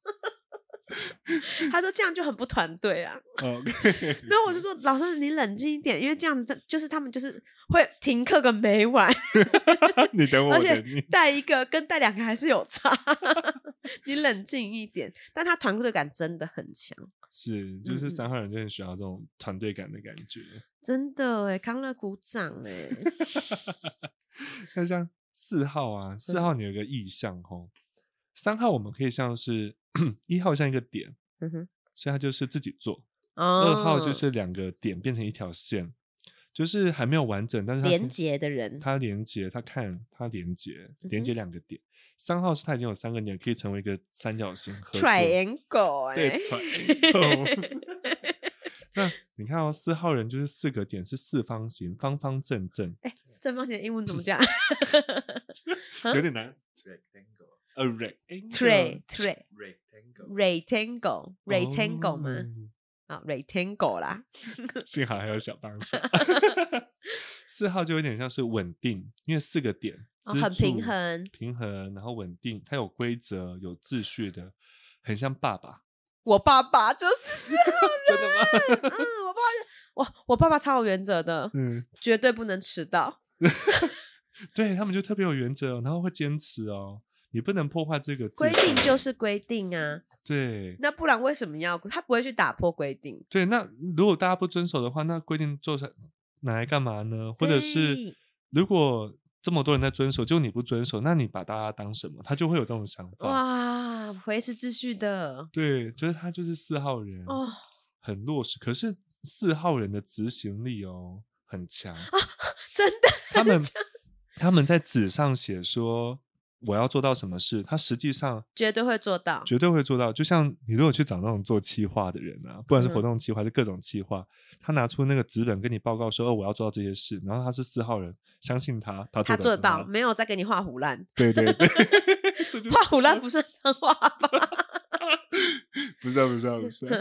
[SPEAKER 2] 他说这样就很不团队啊。
[SPEAKER 1] 哦
[SPEAKER 2] 然后我就说老师你冷静一点，因为这样子就是他们就是会停课个没完。
[SPEAKER 1] 啊你等哦我，
[SPEAKER 2] 而
[SPEAKER 1] 我
[SPEAKER 2] 且
[SPEAKER 1] 等 你。
[SPEAKER 2] 带一个跟带两个还是有差， 你冷静一点。但他团队感真的很强，
[SPEAKER 1] 是，就是
[SPEAKER 2] 嗯
[SPEAKER 1] 三号人就很需要这种团队感的感觉。
[SPEAKER 2] 真的哎，康乐鼓掌 哎，
[SPEAKER 1] 那像四号啊，四
[SPEAKER 2] 嗯
[SPEAKER 1] 号你有一个意向哦，三号我们可以像是 一号像一个点，
[SPEAKER 2] 嗯哼
[SPEAKER 1] 所以他就是自己做；
[SPEAKER 2] 哦
[SPEAKER 1] 二号就是两个点变成一条线，就是还没有完整，但是它可
[SPEAKER 2] 廉
[SPEAKER 1] 以
[SPEAKER 2] 洁的人，
[SPEAKER 1] 他连接，他看他连接，连
[SPEAKER 2] 嗯哼
[SPEAKER 1] 接两个点。三号是他已经有三个点，可以成为一个三角形合作。
[SPEAKER 2] triangle 哎，
[SPEAKER 1] 对 triangle 那你看哦，四号人就是四个点是四方形，方方正正，
[SPEAKER 2] 正方形的英文 怎么
[SPEAKER 1] 啊
[SPEAKER 2] 讲
[SPEAKER 1] 有点难。呃 A
[SPEAKER 3] rectangle
[SPEAKER 1] rectangle
[SPEAKER 2] ？tray tray
[SPEAKER 3] rectangle
[SPEAKER 2] rectangle rectangle 吗？
[SPEAKER 1] 哦
[SPEAKER 2] 啊，rectangle 啦，
[SPEAKER 1] 幸好还有小帮 手。四号就有点像是稳定，因为四个点、
[SPEAKER 2] 哦
[SPEAKER 1] 支
[SPEAKER 2] 很平
[SPEAKER 1] 柱
[SPEAKER 2] 衡
[SPEAKER 1] 平衡，然后稳定，它有规则、有秩序的，很像爸爸。
[SPEAKER 2] 我爸爸就是 四号
[SPEAKER 1] 真的吗？
[SPEAKER 2] 人，嗯，我爸爸就我我爸爸超有原则的，
[SPEAKER 1] 嗯，
[SPEAKER 2] 绝对不能迟到。
[SPEAKER 1] 对他们就特别有原则哦，然后会坚持哦，你不能破坏这个自
[SPEAKER 2] 规定
[SPEAKER 1] 由
[SPEAKER 2] 就是规定啊，
[SPEAKER 1] 对
[SPEAKER 2] 那不然为什么要？他不会去打破规定，
[SPEAKER 1] 对。那如果大家不遵守的话，那规定做成拿来干嘛呢？或者是
[SPEAKER 2] 对
[SPEAKER 1] 如果这么多人在遵守，就你不遵守，那你把大家当什么？他就会有这种想法。啊
[SPEAKER 2] 哇，维持秩序的
[SPEAKER 1] 对，就是他就是四号人，
[SPEAKER 2] 哦
[SPEAKER 1] 很落实。可是四号人的执行力哦很强，
[SPEAKER 2] 啊真的
[SPEAKER 1] 他们他们在纸上写说我要做到什么事，他实际上
[SPEAKER 2] 绝对会做到。
[SPEAKER 1] 绝对会做到。就像你如果去找那种做企划的人啊，不管是活
[SPEAKER 2] 嗯
[SPEAKER 1] 动企划，还是各种企划，他拿出那个纸本跟你报告说，哦，我要做到这些事，然后他是四号人，相信他，他
[SPEAKER 2] 他做
[SPEAKER 1] 做
[SPEAKER 2] 得到，，没有再给你画虎烂，
[SPEAKER 1] 对对 对，这 就是
[SPEAKER 2] 画虎烂不算脏话吧？
[SPEAKER 1] 不是啊不是啊不是啊，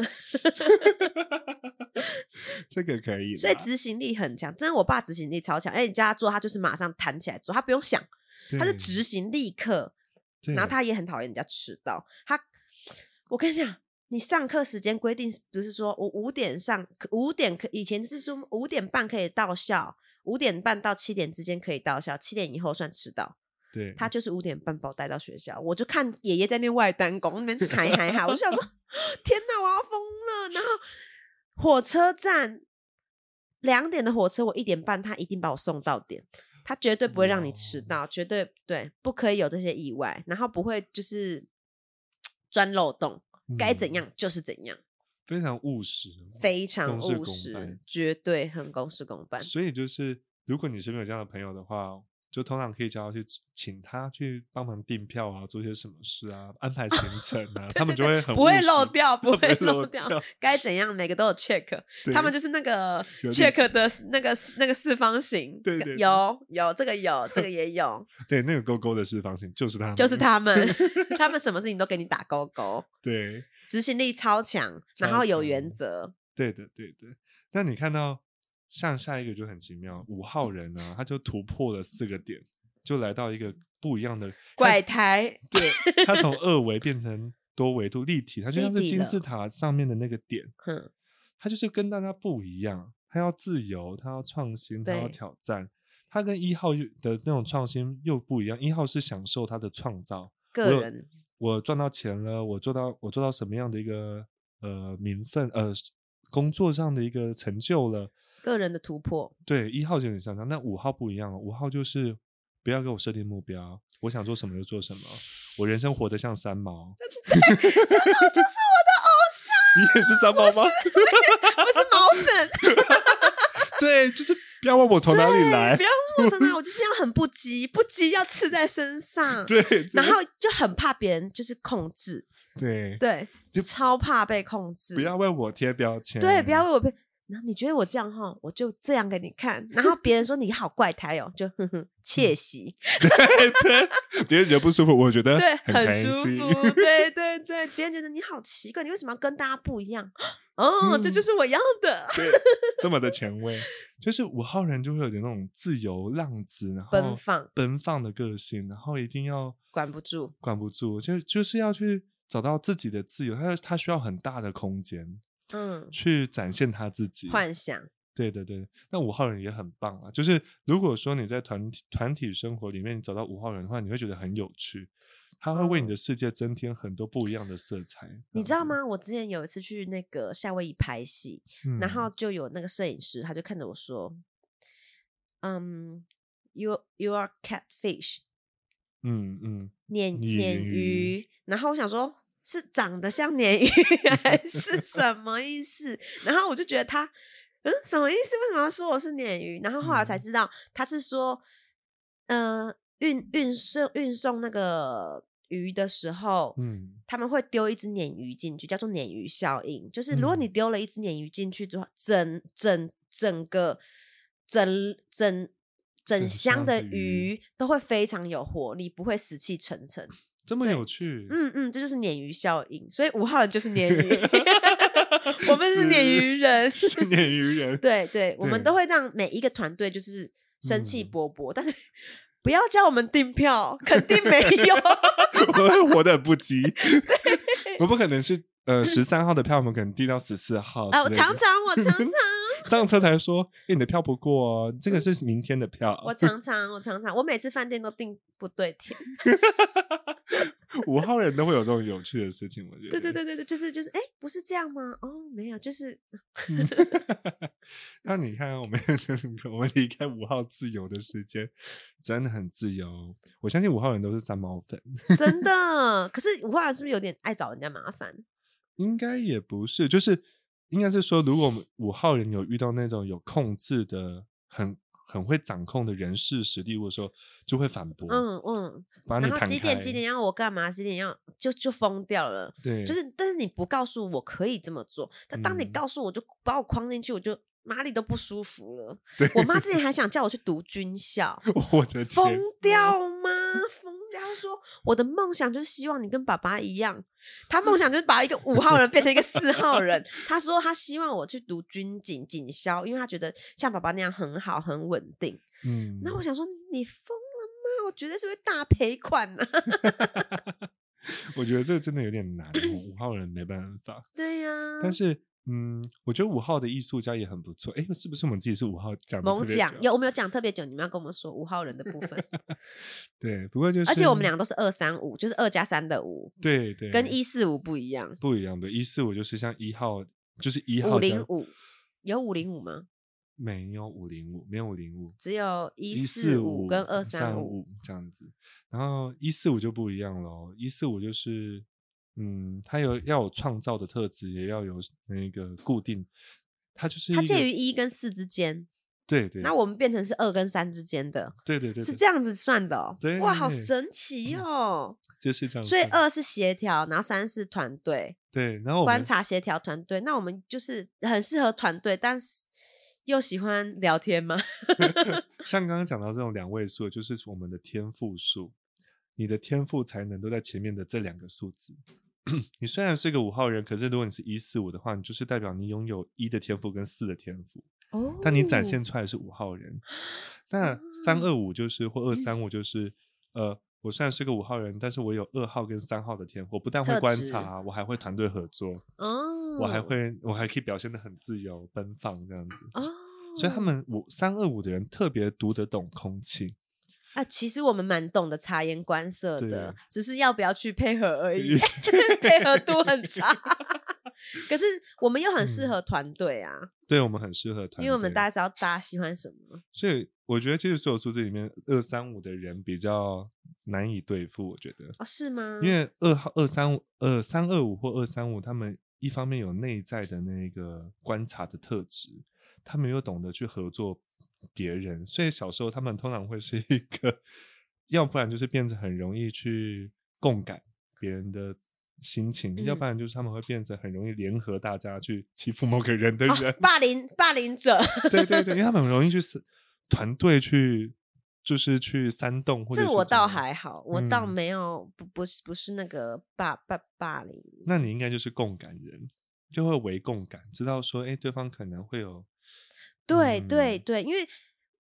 [SPEAKER 1] 这个可以啦，
[SPEAKER 2] 所以执行力很强，真的，我爸执行力超强。哎，你叫他做，他就是马上弹起来做，他不用想，他就
[SPEAKER 1] 对
[SPEAKER 2] 执，行立刻。然后
[SPEAKER 1] 对
[SPEAKER 2] 他也很讨厌人家迟到。他，我跟你讲，你上课时间规定是不是说我五点上，五点可以前是说五点半可以到校，五点半到七点之间可以到校，七点以后算迟到。
[SPEAKER 1] 对
[SPEAKER 2] 他就是五点半把我带到学校，我就看爷爷在那边外单工那 边踩嗨嗨，我就想说，天哪，我要疯了！然后火车站两点的火车，我一点半他一定把我送到点，他绝对不会让你迟
[SPEAKER 1] 哇
[SPEAKER 2] 到，绝对对，不可以有这些意外，然后不会就是钻漏洞，该怎
[SPEAKER 1] 嗯
[SPEAKER 2] 样就是怎样，
[SPEAKER 1] 非常务实，
[SPEAKER 2] 非常
[SPEAKER 1] 公事
[SPEAKER 2] 务
[SPEAKER 1] 公
[SPEAKER 2] 实
[SPEAKER 1] 办，
[SPEAKER 2] 绝对很公事公办。
[SPEAKER 1] 所以就是，如果你身边有这样的朋友的话，就通常可以叫他去请他去帮忙订票啊，做些什么事啊，安排 行程啊，
[SPEAKER 2] 对
[SPEAKER 1] 他们
[SPEAKER 2] 对
[SPEAKER 1] 就
[SPEAKER 2] 对
[SPEAKER 1] 会很
[SPEAKER 2] 不会
[SPEAKER 1] 务
[SPEAKER 2] 漏
[SPEAKER 1] 实。
[SPEAKER 2] 掉，不
[SPEAKER 1] 不
[SPEAKER 2] 会
[SPEAKER 1] 会漏
[SPEAKER 2] 漏掉
[SPEAKER 1] 掉，
[SPEAKER 2] 该怎样每个都有 check，他们
[SPEAKER 1] 对
[SPEAKER 2] 就是那个
[SPEAKER 1] 有
[SPEAKER 2] check 的那个那个四方形，
[SPEAKER 1] 对对对
[SPEAKER 2] 有有这个有这个也有，
[SPEAKER 1] 对那个勾勾的四方形就是他，
[SPEAKER 2] 就是，他们， 他们什么事情都给你打勾勾，
[SPEAKER 1] 对
[SPEAKER 2] 执行力超强，然后
[SPEAKER 1] 超
[SPEAKER 2] 有
[SPEAKER 1] 强
[SPEAKER 2] 原则，
[SPEAKER 1] 对的对的。那你看到像下一个就很奇妙，五号人呢、他就突破了四个点，就来到一个不一样的
[SPEAKER 2] 怪胎，
[SPEAKER 1] 对，他从二维变成多维度立体，它就
[SPEAKER 2] 立
[SPEAKER 1] 像是
[SPEAKER 2] 体
[SPEAKER 1] 金
[SPEAKER 2] 的
[SPEAKER 1] 字塔上面的那个点，
[SPEAKER 2] 哼，
[SPEAKER 1] 它就是跟大家不一样，它要自由，它要创新，它要
[SPEAKER 2] 对
[SPEAKER 1] 挑战。它跟一号又的那种创新又不一样，一号是享受它的创造，
[SPEAKER 2] 个
[SPEAKER 1] 我有
[SPEAKER 2] 人
[SPEAKER 1] 我赚到钱了，我做到我做到什么样的一个呃名分呃工作上的一个成就了，
[SPEAKER 2] 个人的突破，
[SPEAKER 1] 对，一号就有点像这样，那五号不一样哦。五号就是不要给我设定目标，我想做什么就做什么，我人生活得像三 毛。三毛就是我的偶像。你也是三毛吗？
[SPEAKER 2] 我是毛粉，
[SPEAKER 1] 对，就是不要问我从哪里
[SPEAKER 2] 对
[SPEAKER 1] 来
[SPEAKER 2] 不。要问我从哪，我就是要很不羁，不羁要刺在身上，
[SPEAKER 1] 对，就是
[SPEAKER 2] 然后就很怕别人就是控制，
[SPEAKER 1] 对，
[SPEAKER 2] 对
[SPEAKER 1] 就，
[SPEAKER 2] 超怕被控制，
[SPEAKER 1] 不要为我贴标签。
[SPEAKER 2] 对，不要为我被。然后你觉得我这样哈，我就这样给你看。然后别人说你好怪胎哦，就哼哼窃喜，
[SPEAKER 1] 别人觉得不舒服，我觉得
[SPEAKER 2] 对，
[SPEAKER 1] 很开
[SPEAKER 2] 舒
[SPEAKER 1] 心。
[SPEAKER 2] 服，对对对。别人觉得你好奇怪，你为什么要跟大家不一样？哦，这就
[SPEAKER 1] 嗯
[SPEAKER 2] 是我要的，
[SPEAKER 1] 对，这么的前卫，就是五号人就会有点那种自由浪子，然后
[SPEAKER 2] 奔放，
[SPEAKER 1] 奔放的个性，然后一定要
[SPEAKER 2] 管不住，
[SPEAKER 1] 管不住，就就是要去找到自己的自由，他他需要很大的空间
[SPEAKER 2] 嗯，
[SPEAKER 1] 去展现他自己。
[SPEAKER 2] 幻想，
[SPEAKER 1] 对对对，那五号人也很棒啊。就是如果说你在团体团体生活里面你找到五号人的话，你会觉得很有趣，他会为你的世界增添很多不一样的色彩。
[SPEAKER 2] 嗯你
[SPEAKER 1] 这
[SPEAKER 2] 知道
[SPEAKER 1] 样子？
[SPEAKER 2] 吗？我之前有一次去那个夏威夷拍戏，然
[SPEAKER 1] 嗯
[SPEAKER 2] 后就有那个摄影师，他就看着我说，嗯，you you are catfish，
[SPEAKER 1] 嗯嗯，
[SPEAKER 2] 鲶
[SPEAKER 1] 鲶
[SPEAKER 2] 鲶
[SPEAKER 1] 鱼
[SPEAKER 2] 鱼，然后我想说，是长得像鲶鱼 还是什么意思？然后我就觉得他，嗯，什么意思？为什么要说我是鲶鱼？然后后来才
[SPEAKER 1] 嗯
[SPEAKER 2] 知道他是说，呃，运运送运送那个鱼的时候，
[SPEAKER 1] 嗯
[SPEAKER 2] 他们会丢一只鲶鱼进去，叫做鲶鱼效应。就是如果你
[SPEAKER 1] 嗯
[SPEAKER 2] 丢了一只鲶鱼进去之后，整整整个整整整
[SPEAKER 1] 整
[SPEAKER 2] 箱
[SPEAKER 1] 箱
[SPEAKER 2] 的
[SPEAKER 1] 的鱼
[SPEAKER 2] 鱼都会非常有活力，不会死气沉沉。
[SPEAKER 1] 这么
[SPEAKER 2] 对
[SPEAKER 1] 有趣。
[SPEAKER 2] 嗯嗯，这就是鲶鱼效应。所以五号人就是 鲶鱼，我们是鲫鱼人。
[SPEAKER 1] 是鲶鱼人。
[SPEAKER 2] 对对，我们都
[SPEAKER 1] 对
[SPEAKER 2] 会让每一个团队就是生气
[SPEAKER 1] 嗯
[SPEAKER 2] 勃勃，但是 不要叫我们订票，肯定没 有。
[SPEAKER 1] 哦我会活得很不羁。我不可能是呃十三号的票，我们可能递到十四号之类 的。
[SPEAKER 2] 啊，我常常，我常常。
[SPEAKER 1] 上车才说，哎、你的票不过哦，这个是明天的票。
[SPEAKER 2] 嗯 我常常，我常常，我每次饭店都订不对天。
[SPEAKER 1] 五号人都会有这种有趣的事情，我觉得。
[SPEAKER 2] 对对。对对对，就是就是，哎，不是这样吗？哦，没有，就是
[SPEAKER 1] 那你看，我们 我们离开五号自由的时间真的很自由。我相信五号人都是三毛粉，
[SPEAKER 2] 真的。可是五号人是不是有点爱找人家麻烦？
[SPEAKER 1] 应该也不是，就是应该是说，如果我们五号人有遇到那种有控制的、很很会掌控的人事实力，或者说就会反驳。
[SPEAKER 2] 嗯嗯。
[SPEAKER 1] 把你
[SPEAKER 2] 然后
[SPEAKER 1] 弹
[SPEAKER 2] 几
[SPEAKER 1] 开
[SPEAKER 2] 点几点要我干嘛？几点要就就疯掉了。
[SPEAKER 1] 对，
[SPEAKER 2] 就是，但是你不告诉我可以这么做，但当你
[SPEAKER 1] 嗯
[SPEAKER 2] 告诉我就把我框进去，我就哪里都不舒服了。
[SPEAKER 1] 对
[SPEAKER 2] 我妈之前还想叫我去读军校，
[SPEAKER 1] 我的
[SPEAKER 2] 疯
[SPEAKER 1] 天，
[SPEAKER 2] 掉吗？疯掉！他说我的梦想就是希望你跟爸爸一样，他 梦想就是把一个五号人变成一个四号人。他说他希望我去读军警警校，因为他觉得像爸爸那样很好，很稳定。
[SPEAKER 1] 嗯，
[SPEAKER 2] 那我想说你疯了吗？我绝对是会大赔款呐、
[SPEAKER 1] 我觉得这个真的有点难哦，
[SPEAKER 2] 嗯
[SPEAKER 1] 五号人没办法。
[SPEAKER 2] 对呀、
[SPEAKER 1] 但是，嗯，我觉得五号的艺术家也很不错。哎，是不是我们自己是五号讲得特
[SPEAKER 2] 猛
[SPEAKER 1] 别
[SPEAKER 2] 讲
[SPEAKER 1] 久
[SPEAKER 2] 有我们有讲特别久，你们要跟我们说五号人的部 分，
[SPEAKER 1] 对，不过就是，
[SPEAKER 2] 而且我们两个都是二三五，就是二加三的五，
[SPEAKER 1] 对对
[SPEAKER 2] 跟一四五不一样，
[SPEAKER 1] 不一样的。一四五就是像一号，就是一号
[SPEAKER 2] 五零
[SPEAKER 1] 加
[SPEAKER 2] 五有五零五吗？
[SPEAKER 1] 没有五零五，没有五零五，
[SPEAKER 2] 只有一
[SPEAKER 1] 四
[SPEAKER 2] 四五
[SPEAKER 1] 五
[SPEAKER 2] 跟二
[SPEAKER 1] 三
[SPEAKER 2] 三
[SPEAKER 1] 五这样子。然后一四五就不一样喽，一四五就是，嗯，它有要有创造的特质，也要有那个固定，它就是
[SPEAKER 2] 它
[SPEAKER 1] 一
[SPEAKER 2] 介
[SPEAKER 1] 个
[SPEAKER 2] 于一跟四之间，
[SPEAKER 1] 对对，
[SPEAKER 2] 那我们变成是二跟三之间的，
[SPEAKER 1] 对对对，
[SPEAKER 2] 是
[SPEAKER 1] 对
[SPEAKER 2] 这样子算的哦。哇，好
[SPEAKER 1] 对嗯
[SPEAKER 2] 神奇哦！
[SPEAKER 1] 就是这样子。
[SPEAKER 2] 所以二是协调，然后三是团队
[SPEAKER 1] 对，然后我
[SPEAKER 2] 观
[SPEAKER 1] 们
[SPEAKER 2] 察协调团队。那我们就是很适合团队，但是又喜欢聊天吗？
[SPEAKER 1] 像刚刚讲到这种两位数，就是我们的天赋数，你的天赋才能都在前面的这两个数字。 你虽然是个五号人，可是如果你是一四五的话，你就是代表你拥有一的天赋跟四的天赋，
[SPEAKER 2] 哦啊
[SPEAKER 1] 但你
[SPEAKER 2] 嗯
[SPEAKER 1] 展现出来是五号人。那三二五就是或二三五就是，呃，我虽然是个五号人，但是我有二号跟三号的天赋，我不但会
[SPEAKER 2] 特
[SPEAKER 1] 观
[SPEAKER 2] 质
[SPEAKER 1] 察，啊我还会团队合作，
[SPEAKER 2] 哦，
[SPEAKER 1] 我还会我还可以表现的很自由奔放这样子。
[SPEAKER 2] 哦，
[SPEAKER 1] 所以他们五三二五的人特别读得懂空气，
[SPEAKER 2] 啊，其实我们蛮懂得察言观色
[SPEAKER 1] 对啊
[SPEAKER 2] 的，只是要不要去配合 而已，配合度很差。可是我们又很适
[SPEAKER 1] 嗯
[SPEAKER 2] 合团队啊，
[SPEAKER 1] 对我们很适合团队，
[SPEAKER 2] 因为我们大家知道大家喜欢什么。
[SPEAKER 1] 所以我觉得其实所有数字里面，二三五的人比较难以对付，我觉得，
[SPEAKER 2] 哦，是吗？
[SPEAKER 1] 因为二号、二三五、呃三二五或二三五，他们一方面有内在的那个观察的特质，他们又懂得去合作别人，所以小时候他们通常会是一个，要不然就是变成很容易去共感别人的。心情，要不
[SPEAKER 2] 嗯
[SPEAKER 1] 然就是他们会变成很容易联合大家去欺负某个人的人，
[SPEAKER 2] 哦、霸凌霸凌者，
[SPEAKER 1] 对对对，因为他们很容易去撕团队去，就是去煽动或者
[SPEAKER 2] 这个
[SPEAKER 1] 是
[SPEAKER 2] 我
[SPEAKER 1] 怎
[SPEAKER 2] 倒
[SPEAKER 1] 么样
[SPEAKER 2] 还好，我倒
[SPEAKER 1] 嗯
[SPEAKER 2] 没有不不是不是那个霸霸霸凌。
[SPEAKER 1] 那你应该就是共感人，就会为共感，知道说，哎，对方可能会有，
[SPEAKER 2] 对对
[SPEAKER 1] 嗯
[SPEAKER 2] 对，因为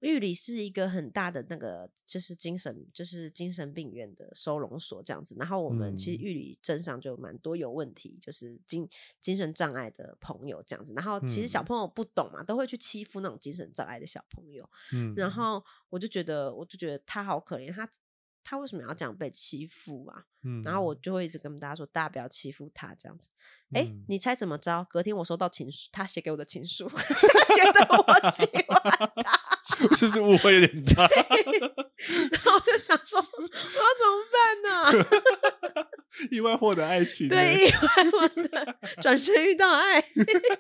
[SPEAKER 2] 玉里是一个很大的那个，就是精神就是精神病院的收容所这样子。然后我们其实
[SPEAKER 1] 嗯
[SPEAKER 2] 玉里镇上就有蛮多有问题，就是精精神障碍的朋友这样子。然后其实小
[SPEAKER 1] 嗯
[SPEAKER 2] 朋友不懂嘛，都会去欺负那种精神障碍的小朋友。
[SPEAKER 1] 嗯，
[SPEAKER 2] 然后我就觉得，我就觉得他好可怜，他他为什么要这样被欺负啊？
[SPEAKER 1] 嗯，
[SPEAKER 2] 然后我就会一直跟大家说，大家不要欺负他这样子。哎、
[SPEAKER 1] 嗯
[SPEAKER 2] 你猜怎么着？隔天我收到情书，他写给我的情书， 他觉得我喜欢他，
[SPEAKER 1] 是不是误会有点大？
[SPEAKER 2] 然后我就想说，我要怎么办呢、
[SPEAKER 1] 意外获得爱情，
[SPEAKER 2] 对，意外我的转身遇到爱，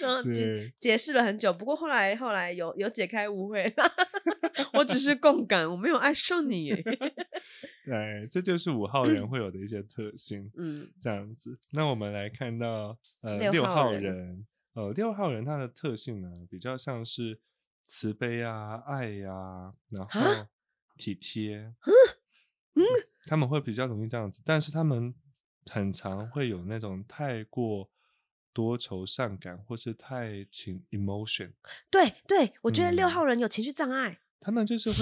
[SPEAKER 2] 然后解
[SPEAKER 1] 对，
[SPEAKER 2] 解释了很久，不过后来后来有有解开误会了， 我只是共感，我没有爱上你耶。
[SPEAKER 1] 对，这就是五号人会有的一些特性，
[SPEAKER 2] 嗯，
[SPEAKER 1] 这样子。那我们来看到呃
[SPEAKER 2] 六
[SPEAKER 1] 六
[SPEAKER 2] 号
[SPEAKER 1] 号
[SPEAKER 2] 人
[SPEAKER 1] 人，呃六号人他的特性呢，比较像是慈悲啊、爱呀、
[SPEAKER 2] 啊
[SPEAKER 1] 然后体贴，嗯，他们会比较容易这样子，但是他们很常会有那种太过多愁善感，或是太情 emotion，
[SPEAKER 2] 对对，我觉得六
[SPEAKER 1] 嗯
[SPEAKER 2] 号人有情绪障碍。
[SPEAKER 1] 他们就是会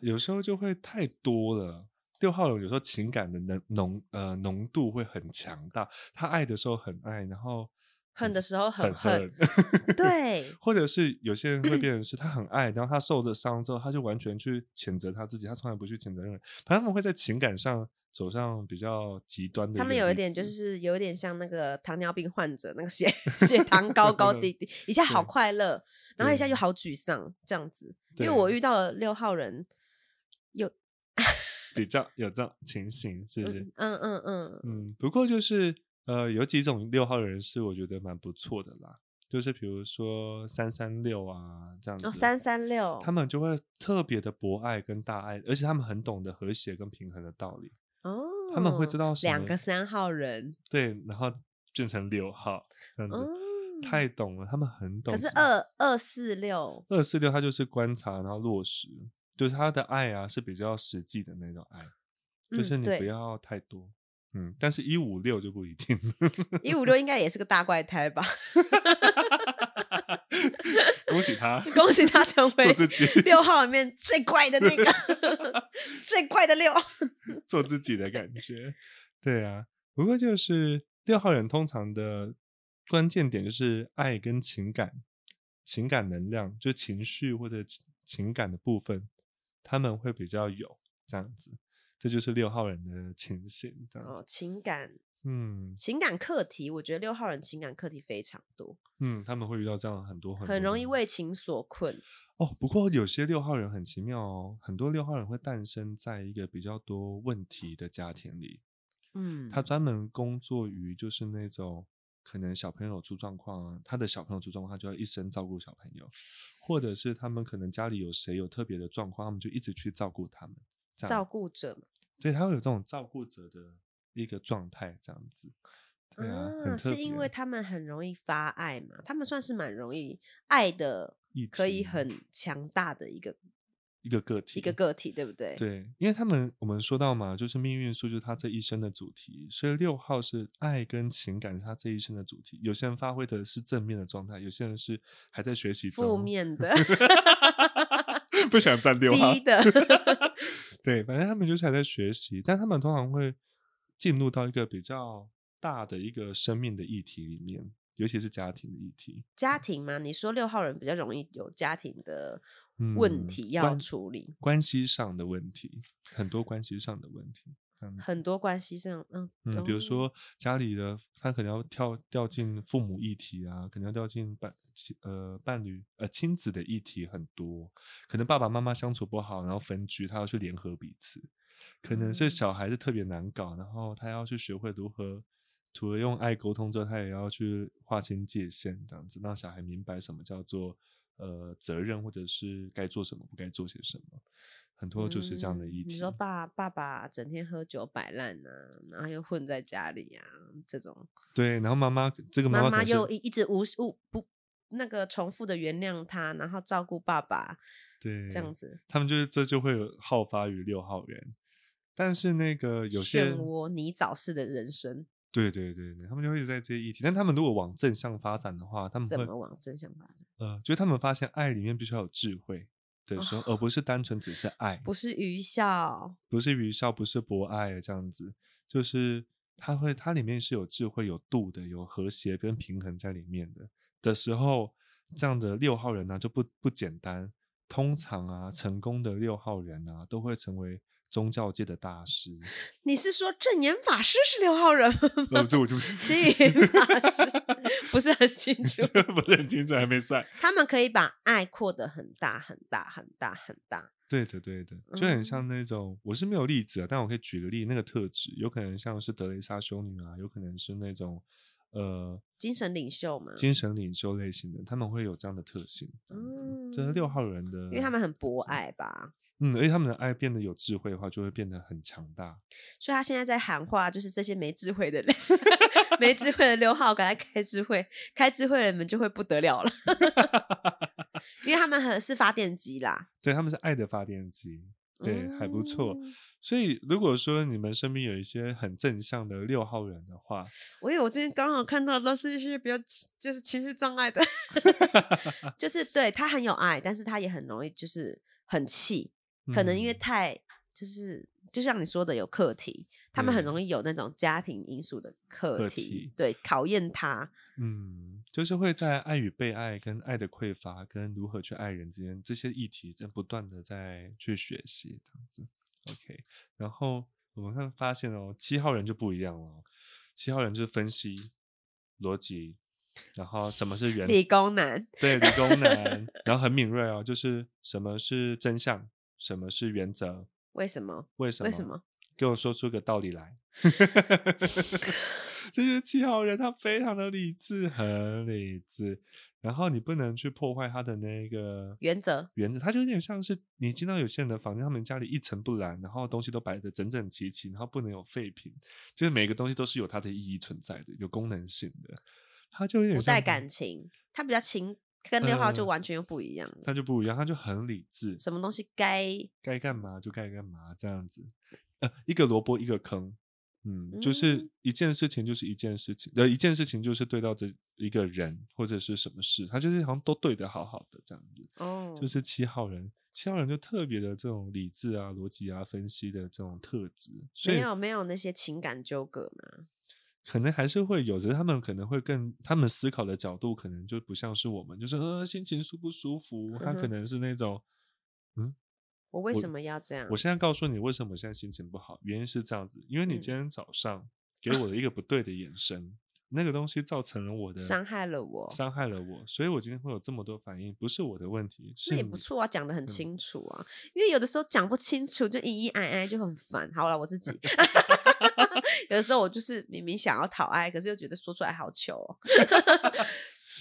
[SPEAKER 1] 有时候就会太多了。六号人有时候情感的浓浓呃浓度会很强大，他爱的时候很爱，然后
[SPEAKER 2] 恨的时候很
[SPEAKER 1] 恨
[SPEAKER 2] 恨，， 对，
[SPEAKER 1] 或者是有些人会变成是他很爱，然后他受了伤之后，他就完全去谴责他自己，他从来不去谴责任何人，反正他们会在情感上走上比较极端的。
[SPEAKER 2] 他们有一点就是有一点像那个糖尿病患者，那个血血糖 高高低低，一下好
[SPEAKER 1] 嗯对
[SPEAKER 2] 快乐，然后一下
[SPEAKER 1] 对
[SPEAKER 2] 又好沮丧，这样子。因为我
[SPEAKER 1] 对
[SPEAKER 2] 遇到了六号人，
[SPEAKER 1] 比较有这样情形，是不是？
[SPEAKER 2] 嗯嗯嗯嗯，
[SPEAKER 1] 嗯，不过就是呃，有几种六号人是我觉得蛮不错的啦，就是比如说三三六啊这样子，
[SPEAKER 2] 哦，三三六，
[SPEAKER 1] 他们就会特别的博爱跟大爱，而且他们很懂得和谐跟平衡的道理，
[SPEAKER 2] 哦，
[SPEAKER 1] 他们会知道什
[SPEAKER 2] 两
[SPEAKER 1] 么
[SPEAKER 2] 个三号人，
[SPEAKER 1] 对，然后变成六号这样子，
[SPEAKER 2] 哦，
[SPEAKER 1] 太懂了，他们很懂
[SPEAKER 2] 可
[SPEAKER 1] 什
[SPEAKER 2] 是
[SPEAKER 1] 么。
[SPEAKER 2] 二二四六，
[SPEAKER 1] 二四六，他就是观察然后落实，就是他的爱啊是比较实际的那种爱，就
[SPEAKER 2] 嗯
[SPEAKER 1] 是你不
[SPEAKER 2] 对
[SPEAKER 1] 要太多。嗯，但是一五六就不一定，
[SPEAKER 2] 一五六应该也是个大怪胎吧？
[SPEAKER 1] 恭喜他，
[SPEAKER 2] 恭喜他成
[SPEAKER 1] 做
[SPEAKER 2] 为
[SPEAKER 1] 自己，
[SPEAKER 2] 六号里面最 怪的那 个，最怪的六。
[SPEAKER 1] 做自己的感觉。对啊，不过就是六号人通常的关键点就是爱跟情感、情感能量，就情绪或者情情感的部分，他们会比较有这样子。这就是六号人的情形，这样
[SPEAKER 2] 哦
[SPEAKER 1] 子。，
[SPEAKER 2] 情感
[SPEAKER 1] 嗯
[SPEAKER 2] 情感课题，我觉得六号人情感课题非常多，
[SPEAKER 1] 嗯，他们会遇到这样很多很
[SPEAKER 2] 很
[SPEAKER 1] 多
[SPEAKER 2] 容
[SPEAKER 1] 的
[SPEAKER 2] 易为情所困。
[SPEAKER 1] 哦。不过有些六号人很奇妙哦，很多六号人会诞生在一个比较多问题的家庭里。
[SPEAKER 2] 嗯，
[SPEAKER 1] 他专门工作于就是那种可能小朋友出状况啊，他的小朋友出状况，他就要一生照顾小朋友，或者是他们可能家里有谁有特别的状况，他们就一直去照顾他们，这样
[SPEAKER 2] 照顾者嘛，
[SPEAKER 1] 对他会有这种照顾者的一个状态，这样子，对啊，很特
[SPEAKER 2] 是
[SPEAKER 1] 别。
[SPEAKER 2] 因为他们很容易发爱嘛，他们算是蛮容易爱的
[SPEAKER 1] 议，
[SPEAKER 2] 可以
[SPEAKER 1] 题
[SPEAKER 2] 很强大的一个
[SPEAKER 1] 一个个体，
[SPEAKER 2] 一个个体，对不对？，
[SPEAKER 1] 对，因为他们我们说到嘛，就是命运数就是他这一生的主题，所以六号是爱跟情感是他这一生的主题。有些人发挥的是正面的状态，有些人是还在 学习中，
[SPEAKER 2] 负面的
[SPEAKER 1] 不想占六号，
[SPEAKER 2] 低的
[SPEAKER 1] 对，反正他们就是还在学习，但他们通常会进入到一个比较大的一个生命的议题里面，尤其是家庭的议题。
[SPEAKER 2] 家庭嘛，你说六号人比较容易有家庭的问
[SPEAKER 1] 嗯
[SPEAKER 2] 题要
[SPEAKER 1] 关
[SPEAKER 2] 处理，
[SPEAKER 1] 关系上的问题，很多关系上的问题。嗯
[SPEAKER 2] 很多关系上，嗯
[SPEAKER 1] 嗯，比如
[SPEAKER 2] 哦
[SPEAKER 1] 说家里的他可能要跳掉进父母议题啊，可能要掉进伴亲呃伴侣呃亲子的议题很多，可能爸爸妈妈相处不好，然后分居，他要去联合彼此，可能是
[SPEAKER 2] 嗯
[SPEAKER 1] 小孩子特别难搞，然后他要去学会如何。除了用爱沟通之后，他也要去划清界限，这样子让小孩明白什么叫做呃责任，或者是该做什么，不该做些什么。很多就是这样的
[SPEAKER 2] 嗯
[SPEAKER 1] 议题。
[SPEAKER 2] 你说爸爸爸整天喝酒摆烂啊，然后又混在家里啊，这种
[SPEAKER 1] 对，然后妈妈这个
[SPEAKER 2] 妈
[SPEAKER 1] 可能是
[SPEAKER 2] 又一一直无无不那个重复的原谅他，然后照顾爸爸
[SPEAKER 1] 对
[SPEAKER 2] 这样子，
[SPEAKER 1] 他们就是这就会有好发于六号人，但是那个有些
[SPEAKER 2] 漩
[SPEAKER 1] 人
[SPEAKER 2] 涡泥沼式的人生
[SPEAKER 1] 对对对对，他们就会一直在这些议题，但他们如果往正向发展的话，他们
[SPEAKER 2] 怎
[SPEAKER 1] 会
[SPEAKER 2] 么往正向发展？
[SPEAKER 1] 呃，就是他们发现爱里面必须要有智慧的时候，而不是单纯只是爱，
[SPEAKER 2] 啊不是愚孝，
[SPEAKER 1] 不是愚孝，不是博爱啊这样子，就是它会它里面是有智慧、有度的，有和谐跟平衡在里面的的时候，这样的六号人呢、就不不简单。通常啊，成功的六号人啊，都会成为宗教界的大师。
[SPEAKER 2] 你是说正言法师是六号人
[SPEAKER 1] 呃，
[SPEAKER 2] 吗？
[SPEAKER 1] 这我就不
[SPEAKER 2] 吸引法 师不是很清楚，
[SPEAKER 1] 是很清楚，还没算。
[SPEAKER 2] 他们可以把爱扩得很大很大很大很大，
[SPEAKER 1] 对的，对的，就很
[SPEAKER 2] 嗯
[SPEAKER 1] 像那种，我是没有例子啊，但我可以举个例，那个特质有可能像是德蕾莎修女啊，有可能是那种呃
[SPEAKER 2] 精神领袖嘛，
[SPEAKER 1] 精神领袖类型的，他们会有这样的特性，这样子，这是六
[SPEAKER 2] 嗯
[SPEAKER 1] 号人的，
[SPEAKER 2] 因为他们很博爱吧，
[SPEAKER 1] 嗯，而且他们的爱变得有智慧的话，就会变得很强大。
[SPEAKER 2] 所以他现在在喊话，就是这些没智慧的人， 没智慧的六号，赶快开智慧，开智慧的你们就会不得了了， 因为他们很是发电机啦，
[SPEAKER 1] 对，他们是爱的发电机，对，还不错。
[SPEAKER 2] 嗯
[SPEAKER 1] 所以如果说你们身边有一些很正向的六号人的话，
[SPEAKER 2] 我以为我最近刚好看到的都是一些比较情就是情绪障 碍的，就是对他很有爱，但是他也很容易就是很气，可能因为
[SPEAKER 1] 嗯
[SPEAKER 2] 太就是就像你说的有课题，他们
[SPEAKER 1] 对
[SPEAKER 2] 很容易有那种家庭因素的课
[SPEAKER 1] 课
[SPEAKER 2] 题，
[SPEAKER 1] 题
[SPEAKER 2] 对考验他，
[SPEAKER 1] 嗯，就是会在爱与被爱、跟爱的匮乏、跟如何去爱人之间这些议题，在不断的在去学习这样子。OK，然后我们看发现哦，七号人就不一样了哦，七号人就是分析、逻辑，然后什么是原
[SPEAKER 2] 理工男，
[SPEAKER 1] 对理工男，然后很敏锐哦，就是什么是真相，什么是原则，
[SPEAKER 2] 为什么？
[SPEAKER 1] 为什么？
[SPEAKER 2] 为什么？
[SPEAKER 1] 给我说出个道理 来。这些七号人，他非常的理智，很理智。然后你不能去破坏他的那个
[SPEAKER 2] 原则
[SPEAKER 1] 原则，他就有点像是你进到有些人的房间，他们家里一尘不染，然后东西都摆得整整齐齐，然后不能有废品，就是每个东西都是有它的意义存在的，有功能性的。他就有点
[SPEAKER 2] 不带
[SPEAKER 1] 像
[SPEAKER 2] 感情，他比较情跟六号就
[SPEAKER 1] 呃
[SPEAKER 2] 完全又不一样了。
[SPEAKER 1] 他就不一样，他就很理智，
[SPEAKER 2] 什么东西该
[SPEAKER 1] 该干嘛就该干嘛，这样子，呃，一个萝卜一个坑，嗯，就是
[SPEAKER 2] 嗯
[SPEAKER 1] 一件事情就是一件事情，呃，一件事情就是对到这一个人或者是什么事，他就是好像都对的好好的这样子，
[SPEAKER 2] 哦，
[SPEAKER 1] 就是七号人，七号人就特别的这种理智啊、逻辑啊、分析的这种特质，所
[SPEAKER 2] 没
[SPEAKER 1] 以
[SPEAKER 2] 有没有那些情感纠葛嘛？
[SPEAKER 1] 可能还是会有，只是他们可能会更，他们思考的角度可能就不像是我们，就是呃心情舒不舒服，他
[SPEAKER 2] 嗯
[SPEAKER 1] 可
[SPEAKER 2] 哼
[SPEAKER 1] 能是那种。
[SPEAKER 2] 我为
[SPEAKER 1] 我
[SPEAKER 2] 什么要这样？
[SPEAKER 1] 我现在告诉你为什么我现在心情不好，原因是这样子，因为你
[SPEAKER 2] 嗯
[SPEAKER 1] 今天早上给我的 一个不对的眼神，那个东西造成了我的
[SPEAKER 2] 伤害了我
[SPEAKER 1] 伤害了我，所以我今天会有这么多反应，不是我的问题，是
[SPEAKER 2] 那也不
[SPEAKER 1] 你。
[SPEAKER 2] 错啊，讲的很
[SPEAKER 1] 嗯
[SPEAKER 2] 清楚啊，因为有的时候讲不清楚就咿咿哎哎就很烦。好了，我 自己，有的时候我就是明明想要讨爱，可是又觉得说出来好糗、哦。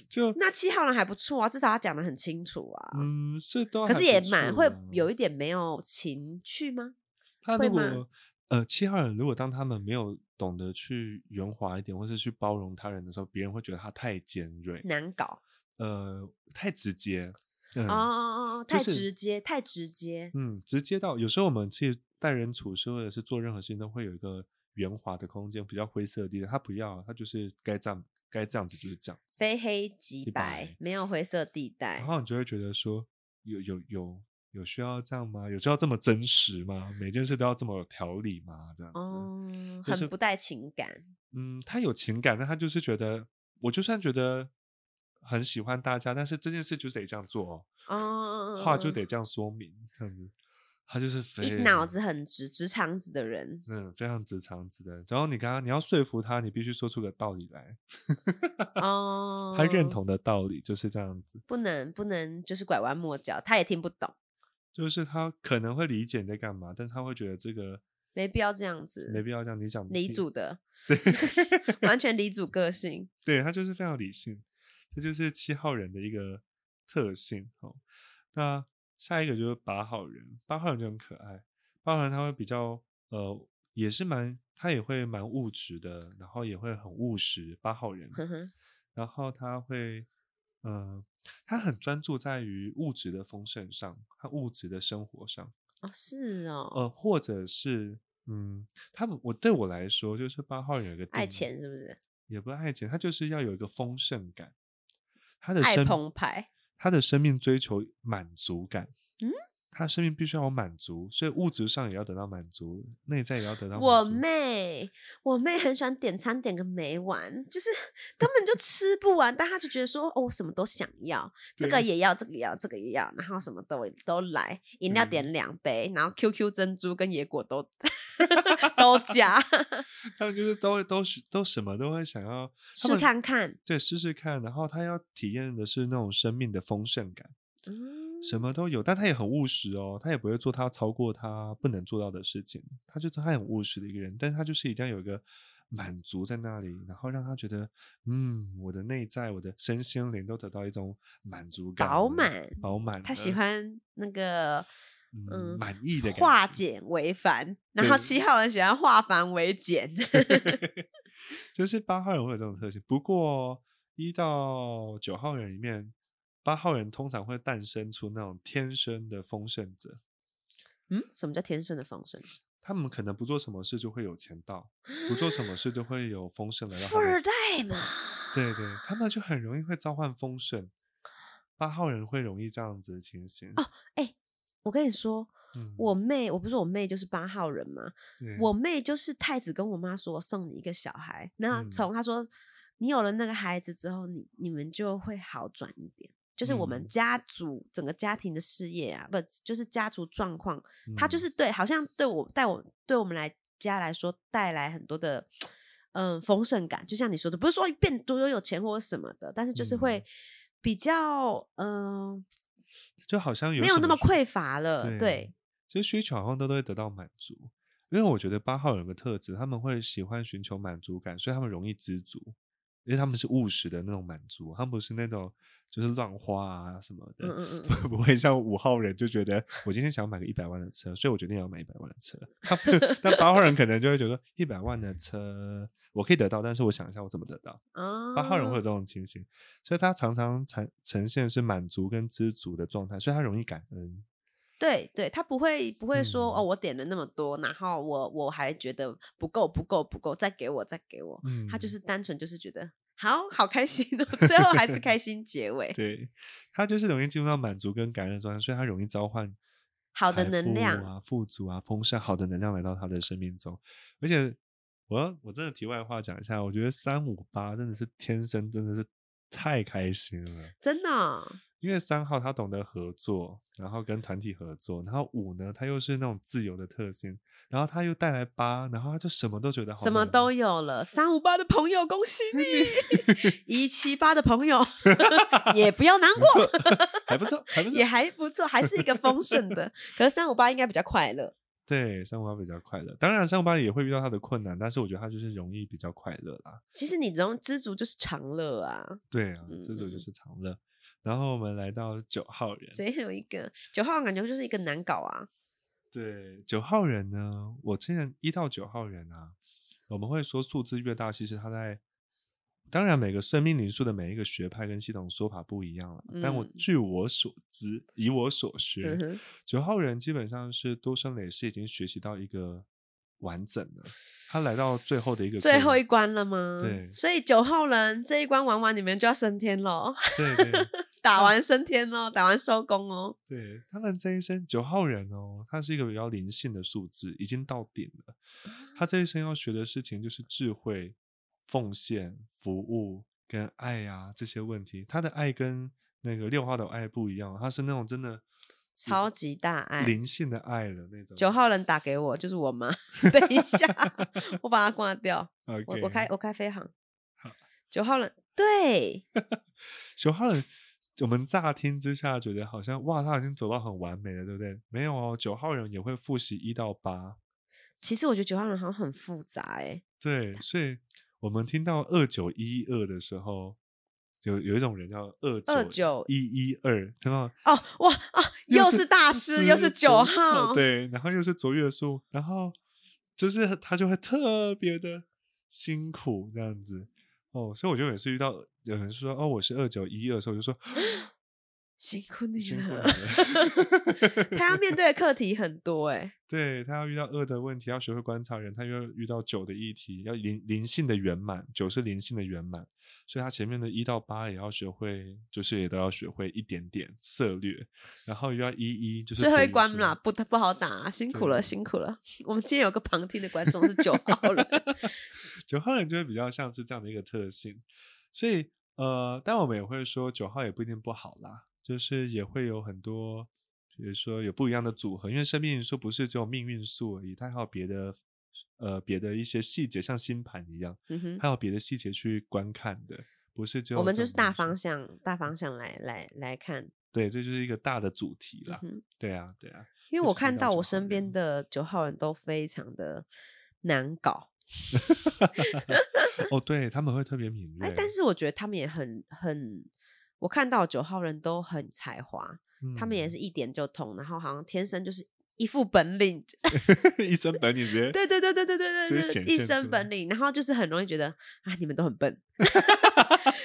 [SPEAKER 1] 就
[SPEAKER 2] 那七号人还不错啊，至少他讲的很清楚啊，
[SPEAKER 1] 嗯，是都
[SPEAKER 2] 可
[SPEAKER 1] 还
[SPEAKER 2] 是也
[SPEAKER 1] 不
[SPEAKER 2] 蛮
[SPEAKER 1] 错啊
[SPEAKER 2] 会
[SPEAKER 1] 啦
[SPEAKER 2] 有一点没有情趣吗？
[SPEAKER 1] 他
[SPEAKER 2] 会
[SPEAKER 1] 如
[SPEAKER 2] 吗
[SPEAKER 1] 果呃七号人，如果当他们没有懂得去圆滑一点，或是去包容他人的时候，别人会觉得他太尖锐，
[SPEAKER 2] 难搞
[SPEAKER 1] 呃，太直接。嗯
[SPEAKER 2] 嗯哦哦哦，
[SPEAKER 1] 就
[SPEAKER 2] 太
[SPEAKER 1] 是
[SPEAKER 2] 直接，太直接，
[SPEAKER 1] 嗯，直接到有时候我们其实待人处事或者是做任何事情都会有一个圆滑的空间，比较灰色的地带。他不要，他就是该这样，该这样子就是这样。
[SPEAKER 2] 非黑即
[SPEAKER 1] 黑白
[SPEAKER 2] 白，没有灰色地带
[SPEAKER 1] 然。后你就会觉得说，有有有有需要这样吗？有需要这么真实吗？每件事都要这么有条理吗？这样子，
[SPEAKER 2] 哦，
[SPEAKER 1] 就
[SPEAKER 2] 很
[SPEAKER 1] 是
[SPEAKER 2] 不带情感，
[SPEAKER 1] 嗯，他有情感，但他就是觉得，我就算觉得很喜欢大家，但是这件事就是得这样做
[SPEAKER 2] 哦，
[SPEAKER 1] 哦，话就
[SPEAKER 2] 嗯
[SPEAKER 1] 得这样说明，这样子，他就是非
[SPEAKER 2] 一脑子很直直肠子的人，
[SPEAKER 1] 嗯，非常直肠子的。然后你刚刚你要说服他，你必须说出个道理来，
[SPEAKER 2] 哦，
[SPEAKER 1] 他认，同的道理就是这样子，
[SPEAKER 2] 不能不能就是拐弯抹角，他也听不懂，
[SPEAKER 1] 就是他可能会理解你在干嘛，但是他会觉得这个
[SPEAKER 2] 没必要这样子，
[SPEAKER 1] 没必要这样，你讲
[SPEAKER 2] 李
[SPEAKER 1] 你
[SPEAKER 2] 主的， 完全李主 个性，
[SPEAKER 1] 对他就是非常理性，这就是七号人的一个特性哦。那下一个就是八号人，八号人就很可爱，八号人他会比较呃，也是蛮他也会蛮务实的，然后也会很务实，八号人，
[SPEAKER 2] 呵呵，
[SPEAKER 1] 然后他会嗯、呃他很专注在于物质的丰盛上和物质的生活上。
[SPEAKER 2] 哦是哦，
[SPEAKER 1] 呃，或者是嗯，他们我对我来说，就是八号人有一个定
[SPEAKER 2] 爱
[SPEAKER 1] 义
[SPEAKER 2] 钱是不是？
[SPEAKER 1] 也不是爱钱，他就是要有一个丰盛感，他的
[SPEAKER 2] 爱
[SPEAKER 1] 生
[SPEAKER 2] 澎湃，
[SPEAKER 1] 他的生命追求满足感，
[SPEAKER 2] 嗯，
[SPEAKER 1] 他生命必须要有满足，所以物质上也要得到满足，内在也要得到
[SPEAKER 2] 我
[SPEAKER 1] 满足。
[SPEAKER 2] 妹，我妹很喜欢点餐，点个没完，就是 根本就吃不完，但她就觉得说，哦，我什么都想要，这个
[SPEAKER 1] 对
[SPEAKER 2] 也要，这个也要，这个也要，然后什么都都来，饮
[SPEAKER 1] 嗯
[SPEAKER 2] 料点两杯，然后 QQ 珍珠跟野果都 都 加，
[SPEAKER 1] 他们就是都会都是都什么都会想要他
[SPEAKER 2] 试
[SPEAKER 1] 们
[SPEAKER 2] 看看，
[SPEAKER 1] 对试试看，然后他要体验的是那种生命的丰盛感，
[SPEAKER 2] 嗯，
[SPEAKER 1] 什么都有，但他也很务实哦，他也不会做他超过他不能做到的事情，他就是他很务实的一个人，但是他就是一定要有一个满足在那里，然后让他觉得，嗯，我的内在、我的身心灵都得到一种满足感了，
[SPEAKER 2] 饱满
[SPEAKER 1] 饱满。
[SPEAKER 2] 她喜，欢那个。
[SPEAKER 1] 嗯，
[SPEAKER 2] 嗯
[SPEAKER 1] 满意的感
[SPEAKER 2] 化
[SPEAKER 1] 觉，
[SPEAKER 2] 简为繁，然后
[SPEAKER 1] 对
[SPEAKER 2] 七号人喜欢化繁为简，
[SPEAKER 1] 就是八号人会有这种特性。不过一到九号人里面，八号人通常会诞生出那种天生的丰盛者，
[SPEAKER 2] 嗯，什么叫天生的丰盛？
[SPEAKER 1] 他们可能不做什么事就会有钱到，不做什么事就会有丰盛来到
[SPEAKER 2] 富
[SPEAKER 1] 他
[SPEAKER 2] 二
[SPEAKER 1] 们。
[SPEAKER 2] 代嘛，
[SPEAKER 1] 对对，他们就很容易会召唤丰盛。八号人会容易这样子的情形。
[SPEAKER 2] 哦我跟你说，
[SPEAKER 1] 嗯
[SPEAKER 2] 我妹，我不是我妹就是八号人嘛，
[SPEAKER 1] 对
[SPEAKER 2] 我妹就是太子跟我妈说送你一个小孩，那
[SPEAKER 1] 嗯
[SPEAKER 2] 从她说你有了那个孩子之后，你你们就会好转一点。就是我们
[SPEAKER 1] 嗯
[SPEAKER 2] 家族、整个家庭的事业啊，不就是家族状况，她就
[SPEAKER 1] 嗯
[SPEAKER 2] 是对，好像对我带我对我们来家来说带来很多的嗯丰盛感，就像你说的，不是说变多有钱或什么的，但是就是会
[SPEAKER 1] 嗯
[SPEAKER 2] 比较嗯、
[SPEAKER 1] 就好像有
[SPEAKER 2] 没有
[SPEAKER 1] 什
[SPEAKER 2] 那么
[SPEAKER 1] 需
[SPEAKER 2] 匮乏了，
[SPEAKER 1] 对
[SPEAKER 2] 对
[SPEAKER 1] 其实需求好像都都会得到满足。因为我觉得八号人有个特质，他们会喜欢寻求满足感，所以他们容易知足，因为他们是务实的那种满足，他们不是那种就是乱花啊什么的。
[SPEAKER 2] 嗯嗯嗯嗯。
[SPEAKER 1] 会不会像五号人就觉得我今天想要买个一百万的车，所以我决定要买一百万的车。他不，但八号人可能就会觉得一百万的车我可以得到，但是我想一下我怎么得到。
[SPEAKER 2] 啊，
[SPEAKER 1] 八号人会有这种情形，所以他常常呈呈现是满足跟知足的状态，所以他容易感恩。
[SPEAKER 2] 对对，他不会不会说、哦，
[SPEAKER 1] 嗯
[SPEAKER 2] 我点了那么多，然后我我还觉得不够不够不够，再给我再给我，
[SPEAKER 1] 嗯，
[SPEAKER 2] 他就是单纯就是觉得好好开心哦，最后还是开心结尾，
[SPEAKER 1] 对他就是容易进入到满足跟感恩的状态，所以他容易召唤
[SPEAKER 2] 好的
[SPEAKER 1] 财
[SPEAKER 2] 能
[SPEAKER 1] 富
[SPEAKER 2] 量
[SPEAKER 1] 啊、富足啊、丰盛、好的能量来到他的生命中。而且，我要我真的题外话讲一下，我觉得三五八真的是天生真的是太开心了，
[SPEAKER 2] 真的哦、
[SPEAKER 1] 因为三号他懂得合作，然后跟团体合作，然后五呢他又是那种自由的特性，然后他又带来八，然后他就什么都觉得好，
[SPEAKER 2] 什么都。有了。三五八的朋友，恭喜 你！一七八的朋友也不要难 过，
[SPEAKER 1] 还不错，还不错，
[SPEAKER 2] 也还不错，还是一个丰盛 的。可是三五八应该比较快乐，
[SPEAKER 1] 对，三五八比较快乐。当然，三五八也会遇到他的困难，但是我觉得他就是容易比较快乐啦。
[SPEAKER 2] 其实你这种知足就是常乐啊。
[SPEAKER 1] 对啊，
[SPEAKER 2] 嗯
[SPEAKER 1] 这种
[SPEAKER 2] 嗯
[SPEAKER 1] 就
[SPEAKER 2] 嗯
[SPEAKER 1] 是常乐。然后我们来到九号人，
[SPEAKER 2] 所以还有一个九号，感觉就是一个难搞啊。
[SPEAKER 1] 对九号人呢，我之前一到九号人啊，我们会说数字越大，其实他在当然每个生命灵数的每一个学派跟系统说法不一样了，但我
[SPEAKER 2] 嗯
[SPEAKER 1] 据我所知，以我所学
[SPEAKER 2] 嗯，哼，
[SPEAKER 1] 九号人基本上是多生累世已经学习到一个完整了，他来到最后的一个
[SPEAKER 2] 最
[SPEAKER 1] 困
[SPEAKER 2] 后
[SPEAKER 1] 难
[SPEAKER 2] 一关了吗？
[SPEAKER 1] 对
[SPEAKER 2] 所以九号人这一关玩完，你们就要升天喽。
[SPEAKER 1] 对对，
[SPEAKER 2] 打完升天哦，打完收工哦。
[SPEAKER 1] 对他们这一生九号人哦，它是一个比较灵性的数字，已经到顶了。他这一生要学的事情就是智慧、奉献、服务跟爱呀、这些问题。他的爱跟那个六号的爱不一样，他是那种真的
[SPEAKER 2] 超级大爱
[SPEAKER 1] 灵性的爱了那种。
[SPEAKER 2] 九号人打给我，就是我妈。 等一下，我把它挂掉。
[SPEAKER 1] o k
[SPEAKER 2] 我我开我开飞航
[SPEAKER 1] 好。
[SPEAKER 2] 九号人对，
[SPEAKER 1] 九号人，我们乍听之下觉得好像哇，他已经走到很完美了，对不对？没有哦，九号人也会复习一到八，
[SPEAKER 2] 其实我觉得九号人好像很复杂哎、
[SPEAKER 1] 对，所以我们听到二九一二的时候，就有一种人叫二
[SPEAKER 2] 29
[SPEAKER 1] 一一二，听到
[SPEAKER 2] 哦哇哦，又是大师，
[SPEAKER 1] 师，
[SPEAKER 2] 又是九
[SPEAKER 1] 卓
[SPEAKER 2] 号，
[SPEAKER 1] 呃对，然后又是卓越数，然后就是他就会特别的辛苦这样子。哦，所以我就每次遇到有人说哦我是二九一二的时候，我就说啊
[SPEAKER 2] 哎辛苦你
[SPEAKER 1] 辛苦你
[SPEAKER 2] 了。
[SPEAKER 1] 了。
[SPEAKER 2] 他要面对的课题很多哎、
[SPEAKER 1] 对他要遇到二的问题，要学会观察人；他又要遇到九的议题，要灵灵性的圆满。九是灵性的圆满，所以他前面的一到八也要学会，就是也都要学会一点点策略，然后又要一一就是
[SPEAKER 2] 最后
[SPEAKER 1] 左
[SPEAKER 2] 一
[SPEAKER 1] 右
[SPEAKER 2] 关
[SPEAKER 1] 数
[SPEAKER 2] 啦，不不好打、啊辛苦了，
[SPEAKER 1] 对
[SPEAKER 2] 辛苦了。我们今天有个旁听的观众是九号人，
[SPEAKER 1] 九号人就会比较像是这样的一个特性，所以呃，但我们也会说九号也不一定不好啦，就是也会有很多，比如说有不一样的组合，因为生命因素不是只有命运数而已，它还有别的呃别的一些细节，像星盘一样，
[SPEAKER 2] 嗯哼，
[SPEAKER 1] 还有别的细节去观看的，不是只有
[SPEAKER 2] 我们
[SPEAKER 1] 这
[SPEAKER 2] 就是
[SPEAKER 1] 种
[SPEAKER 2] 大
[SPEAKER 1] 东西
[SPEAKER 2] 方，向，大方向来来来看。
[SPEAKER 1] 对，这就是一个大的主题
[SPEAKER 2] 嗯
[SPEAKER 1] 啦，
[SPEAKER 2] 哼，
[SPEAKER 1] 对啊，对啊，
[SPEAKER 2] 因
[SPEAKER 1] 就
[SPEAKER 2] 为我
[SPEAKER 1] 是遇
[SPEAKER 2] 看
[SPEAKER 1] 到
[SPEAKER 2] 到
[SPEAKER 1] 九号
[SPEAKER 2] 我身边
[SPEAKER 1] 人
[SPEAKER 2] 的九号人都非常的难搞，
[SPEAKER 1] 哦，对他们会特别敏锐，
[SPEAKER 2] 哎，但是我觉得他们也很很，我看到九号人都很才华，他们也
[SPEAKER 1] 嗯
[SPEAKER 2] 是一点就通，然后好像天生就是一副本领，
[SPEAKER 1] 一身本领直接，
[SPEAKER 2] 对对对对对对
[SPEAKER 1] 直
[SPEAKER 2] 对，
[SPEAKER 1] 接
[SPEAKER 2] 就是
[SPEAKER 1] 显
[SPEAKER 2] 一
[SPEAKER 1] 现
[SPEAKER 2] 身
[SPEAKER 1] 出
[SPEAKER 2] 本
[SPEAKER 1] 来
[SPEAKER 2] 领，然后就是很容易觉得啊，你们都 很笨。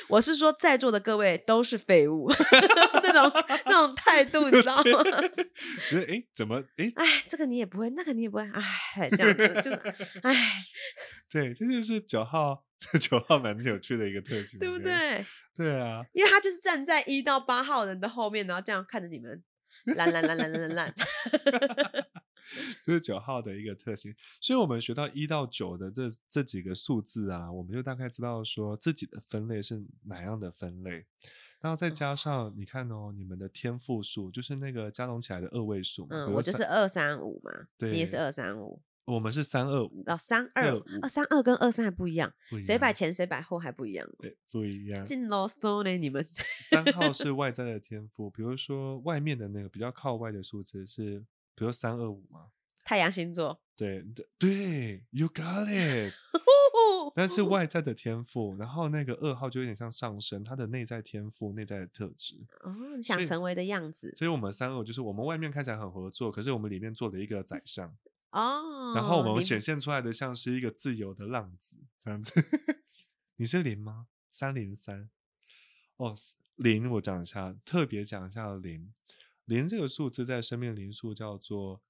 [SPEAKER 2] 我是说，在座的各位都是废物， 那种那种态度，你 知道吗？
[SPEAKER 1] 觉得哎怎么哎
[SPEAKER 2] 哎，这个你也不会，那个你也不会，哎，这 样子就是，哎，
[SPEAKER 1] 对，这就是九号， 九号蛮有趣的一个特性，
[SPEAKER 2] 对
[SPEAKER 1] 我觉
[SPEAKER 2] 不
[SPEAKER 1] 得？
[SPEAKER 2] 对？
[SPEAKER 1] 对啊，
[SPEAKER 2] 因为他就是站在一到八号人的后面，然后这样看着你们，烂烂烂烂烂烂 烂，
[SPEAKER 1] 就是九号的一个特性。所以，我们学到一到九的这这几个数字啊，我们就大概知道说自己的分类是哪样的分类。然后再
[SPEAKER 2] 嗯
[SPEAKER 1] 加上你看哦，你们的天赋数就是那个加总起来的二位数嘛。比
[SPEAKER 2] 嗯，
[SPEAKER 1] 如
[SPEAKER 2] 我就
[SPEAKER 1] 三
[SPEAKER 2] 是，二三五嘛，你也是
[SPEAKER 1] 对
[SPEAKER 2] 二三五，
[SPEAKER 1] 我们是三二五，
[SPEAKER 2] 哦，三二
[SPEAKER 1] 二
[SPEAKER 2] 五
[SPEAKER 1] 五，
[SPEAKER 2] 二三二跟二三还不一样，
[SPEAKER 1] 不一
[SPEAKER 2] 谁摆
[SPEAKER 1] 样嗯
[SPEAKER 2] 前谁摆后还不一样，
[SPEAKER 1] 对不一样。
[SPEAKER 2] 进啰嗦呢你们。
[SPEAKER 1] 三号是外在的天赋，比如说外面的那个比较靠外的数字是，比如三二五嘛。
[SPEAKER 2] 太阳星座，
[SPEAKER 1] 对对，You got it。但是外在的天赋，然后那个二号就有点像上升，它的内在天赋、内在的特质。
[SPEAKER 2] 哦，你想
[SPEAKER 1] 所以
[SPEAKER 2] 成为的样子
[SPEAKER 1] 所以我们三二就是我们外面看起来很合作，可是我们里面做了一个宰相，
[SPEAKER 2] 哦。
[SPEAKER 1] 然后我们
[SPEAKER 2] 你
[SPEAKER 1] 显现出来的像是一个自由的浪子这样子。 你是零吗？三零三。哦，零，我讲一下，特别讲一下零。零这个数字在生命灵数叫做，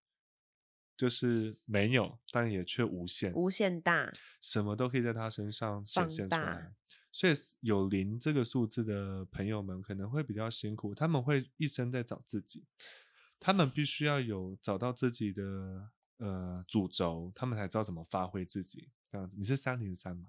[SPEAKER 1] 就是没有，但也却无限。
[SPEAKER 2] 无限大，
[SPEAKER 1] 什么都可以在他身上
[SPEAKER 2] 放
[SPEAKER 1] 显现出
[SPEAKER 2] 大
[SPEAKER 1] 来。所以有零这个数字的朋友们可能会比较辛苦，他们会一生在找自己，他们必须要有找到自己的呃主轴，他们才知道怎么发挥自己。这样子，你是三零三嘛？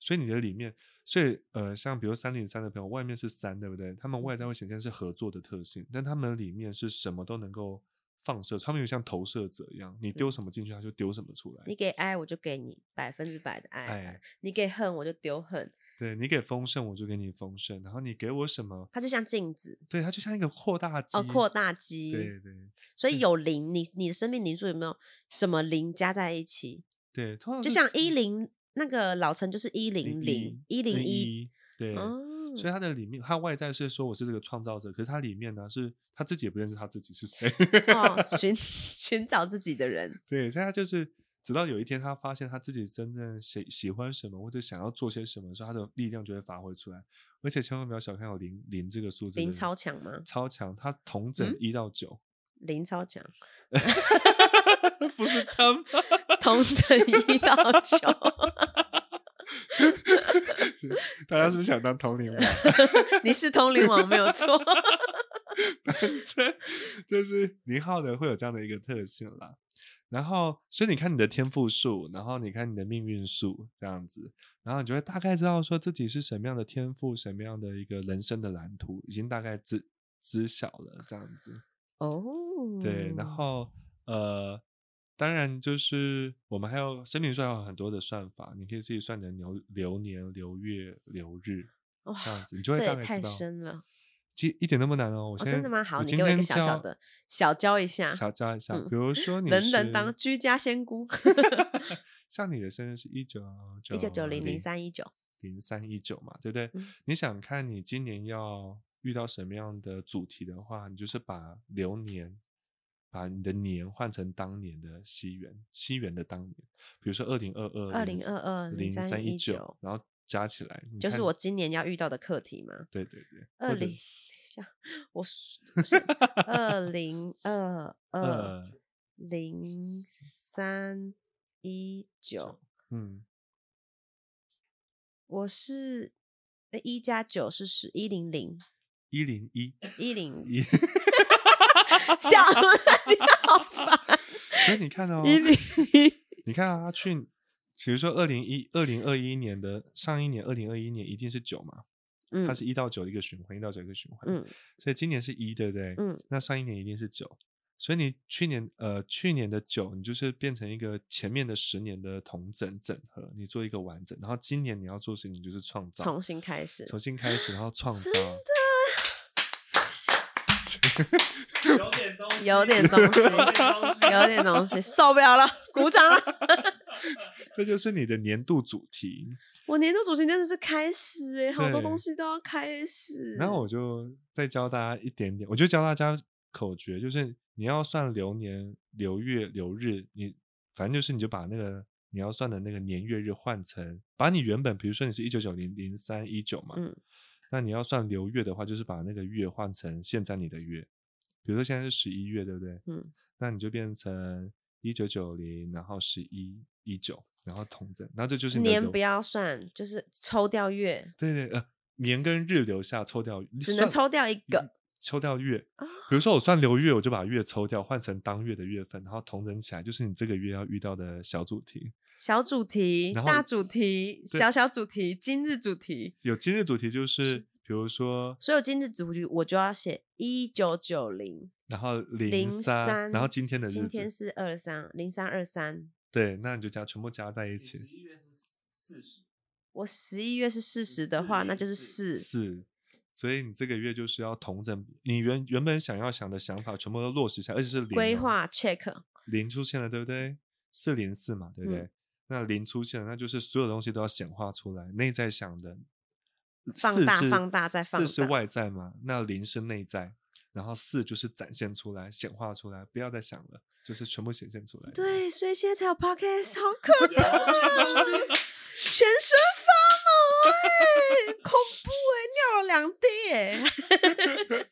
[SPEAKER 1] 所以你的里面，所以呃，像比如三零三的朋友，外面是三，对不对？他们外
[SPEAKER 2] 嗯
[SPEAKER 1] 在会显现是合作的特性，但他们里面是什么都能够放射，他们有像投射者一样，你丢什么进去，他就丢什么出来。
[SPEAKER 2] 你给爱我就给你百分之百的爱，
[SPEAKER 1] 哎
[SPEAKER 2] 你给恨我就丢恨，
[SPEAKER 1] 对你给丰盛，我就给你丰盛；然后你给我什么，
[SPEAKER 2] 它就像镜子
[SPEAKER 1] 对它就像一个扩大机，
[SPEAKER 2] 哦，扩大机。
[SPEAKER 1] 对嗯对
[SPEAKER 2] 所以有零，你你的生命灵数有没有什么零加在一起？
[SPEAKER 1] 对，通常
[SPEAKER 2] 就是像一零那个老陈就是一零零一零一，
[SPEAKER 1] 一，对。
[SPEAKER 2] 哦
[SPEAKER 1] 所以它的里面，它外在是说我是这个创造者，可是它里面呢是他自己也不认识他自己是 谁，
[SPEAKER 2] 哦，寻 寻找自己的人，
[SPEAKER 1] 对，所以他就是直到有一天他发现他自己真正喜喜欢什么或者想要做些什么的时候，他的力量就会发挥出来。而且千万不要小看有零零这个数字的
[SPEAKER 2] 零
[SPEAKER 1] 人，
[SPEAKER 2] 超强吗？
[SPEAKER 1] 超强，他同整
[SPEAKER 2] 嗯
[SPEAKER 1] 一到 九、
[SPEAKER 2] 零超强，
[SPEAKER 1] 不是 超。
[SPEAKER 2] 同城一到九。
[SPEAKER 1] 大家是不是想当通灵王？
[SPEAKER 2] 你是通灵王没 有错，
[SPEAKER 1] 反正就是零号的会有这样的一个特性啦。然后，所以你看你的天赋数，然后你看你的命运数这样子，然后你就会大概知道说自己是什么样的天赋，什么样的一个人生的蓝图，已经大概知知晓了这样子。
[SPEAKER 2] 哦，
[SPEAKER 1] 对，然后呃，当然就是我们还有生命算有很多的算法，你可以自己算你的流流年、流月、流日
[SPEAKER 2] 哇哦
[SPEAKER 1] 这样子，你就会
[SPEAKER 2] 啊
[SPEAKER 1] 大
[SPEAKER 2] 这也
[SPEAKER 1] 概知
[SPEAKER 2] 太
[SPEAKER 1] 道
[SPEAKER 2] 深了。
[SPEAKER 1] 其实一点都不难哦。我
[SPEAKER 2] 哦
[SPEAKER 1] 现在、
[SPEAKER 2] 真的吗好你
[SPEAKER 1] 今
[SPEAKER 2] 给我一
[SPEAKER 1] 天
[SPEAKER 2] 个小小
[SPEAKER 1] 教
[SPEAKER 2] 的小教一下
[SPEAKER 1] 小教一下。
[SPEAKER 2] 嗯
[SPEAKER 1] 比如说你
[SPEAKER 2] 人人
[SPEAKER 1] 是
[SPEAKER 2] 当居家仙姑
[SPEAKER 1] 像你的生日是一九
[SPEAKER 2] 一九九零零三一九，
[SPEAKER 1] 零三一九嘛，对不对？
[SPEAKER 2] 嗯
[SPEAKER 1] 你想看你今年要遇到什么样的主题的话，你就是把流年。把你的年换成当年的西元，西元的当年，比如说二零二二、
[SPEAKER 2] 2022
[SPEAKER 1] 零三一
[SPEAKER 2] 0319
[SPEAKER 1] 然后加起来， 你
[SPEAKER 2] 就是
[SPEAKER 1] 看
[SPEAKER 2] 我今年要遇到的课题嘛。
[SPEAKER 1] 对对对，
[SPEAKER 2] 二
[SPEAKER 1] 或者
[SPEAKER 2] 零，等一下，我是二零 二二
[SPEAKER 1] 呃
[SPEAKER 2] 零三一九，
[SPEAKER 1] 嗯，
[SPEAKER 2] 我是呃一加九是十一零零
[SPEAKER 1] 一零一
[SPEAKER 2] 一零，
[SPEAKER 1] 一，
[SPEAKER 2] 笑 你好烦，
[SPEAKER 1] 所以你 看哦，
[SPEAKER 2] 一零一，
[SPEAKER 1] 你看啊，他去，比如说二零一二零二一年的上一年，二零二一年一定是九嘛，它
[SPEAKER 2] 嗯
[SPEAKER 1] 是一到九一个循环，一到九一个循环，
[SPEAKER 2] 嗯
[SPEAKER 1] 所以今年是一，对不对？
[SPEAKER 2] 嗯，
[SPEAKER 1] 那上一年一定是九，所以你去年呃去年的九，你就是变成一个前面的十年的同整整合，你做一个完整，然后今年你要做的事情就是创造，
[SPEAKER 2] 重新开始，
[SPEAKER 1] 重新开始，然后创造
[SPEAKER 2] 真，
[SPEAKER 3] 有点东西，
[SPEAKER 2] 有点东西， 有点东西，受不了了，鼓掌了。
[SPEAKER 1] 这就是你的年度主题。
[SPEAKER 2] 我年度主题真的是开始哎、好多
[SPEAKER 1] 对
[SPEAKER 2] 东西都要开始。
[SPEAKER 1] 然后我就再教大家一点点，我就教大家口诀，就是你要算流年、流月、流日，你反正就是你就把那个你要算的那个年月日换成，把你原本比如说你是一九九零零三一九嘛，
[SPEAKER 2] 嗯
[SPEAKER 1] 那你要算流月的话，就是把那个月换成现在你的月，比如说现在是十一月，对不对？
[SPEAKER 2] 嗯，
[SPEAKER 1] 那你就变成一九九零，然后十一一九，然后同整，然后这就是你的
[SPEAKER 2] 年
[SPEAKER 1] 流
[SPEAKER 2] 不要算，就是抽掉月，
[SPEAKER 1] 对对呃年跟日留下，抽掉
[SPEAKER 2] 只能
[SPEAKER 1] 算嗯
[SPEAKER 2] 抽掉一个。
[SPEAKER 1] 抽掉月
[SPEAKER 2] 啊，
[SPEAKER 1] 比如说我算流月，我就把月抽掉，换成当月的月份，然后同整起来，就是你这个月要遇到的小主题。
[SPEAKER 2] 小主题、
[SPEAKER 1] 然
[SPEAKER 2] 大
[SPEAKER 1] 后
[SPEAKER 2] 主题、
[SPEAKER 1] 对
[SPEAKER 2] 小小主题、今日主题，
[SPEAKER 1] 有今日主题就是，比如说，
[SPEAKER 2] 所有今日主题我就要写一九九零，
[SPEAKER 1] 然后零
[SPEAKER 2] 03
[SPEAKER 1] 三，然后今天的日
[SPEAKER 2] 今
[SPEAKER 1] 子，
[SPEAKER 2] 天是二三零三二三，
[SPEAKER 1] 对，那你就加全部加在一
[SPEAKER 3] 十
[SPEAKER 1] 起，
[SPEAKER 3] 一月是四十，
[SPEAKER 2] 我十一月是四十的
[SPEAKER 3] 四
[SPEAKER 2] 话，
[SPEAKER 3] 月
[SPEAKER 2] 那就是
[SPEAKER 3] 是
[SPEAKER 2] 四。
[SPEAKER 1] 是。所以你这个月就是要同整你原原本想要想的想法，全部都落实下来，而且是零
[SPEAKER 2] 规
[SPEAKER 1] 哦
[SPEAKER 2] 划 check，
[SPEAKER 1] 零出现了，对不对？四零四嘛，对不
[SPEAKER 2] 嗯
[SPEAKER 1] 对？那零出现了，那就是所有东西都要显化出来，内在想的
[SPEAKER 2] 放
[SPEAKER 1] 四
[SPEAKER 2] 大
[SPEAKER 1] 是
[SPEAKER 2] 放大再
[SPEAKER 1] 四
[SPEAKER 2] 放
[SPEAKER 1] 是
[SPEAKER 2] 大
[SPEAKER 1] 外在嘛，那零是内在，然后四就是展现出来、显化出来，不要再想了，就是全部显现出来。，
[SPEAKER 2] 对，所以现在才有 podcast，好 可
[SPEAKER 3] 有
[SPEAKER 2] 怕，哦
[SPEAKER 3] 点东西，
[SPEAKER 2] 全身发毛哎、恐怖哎、尿了两滴哎、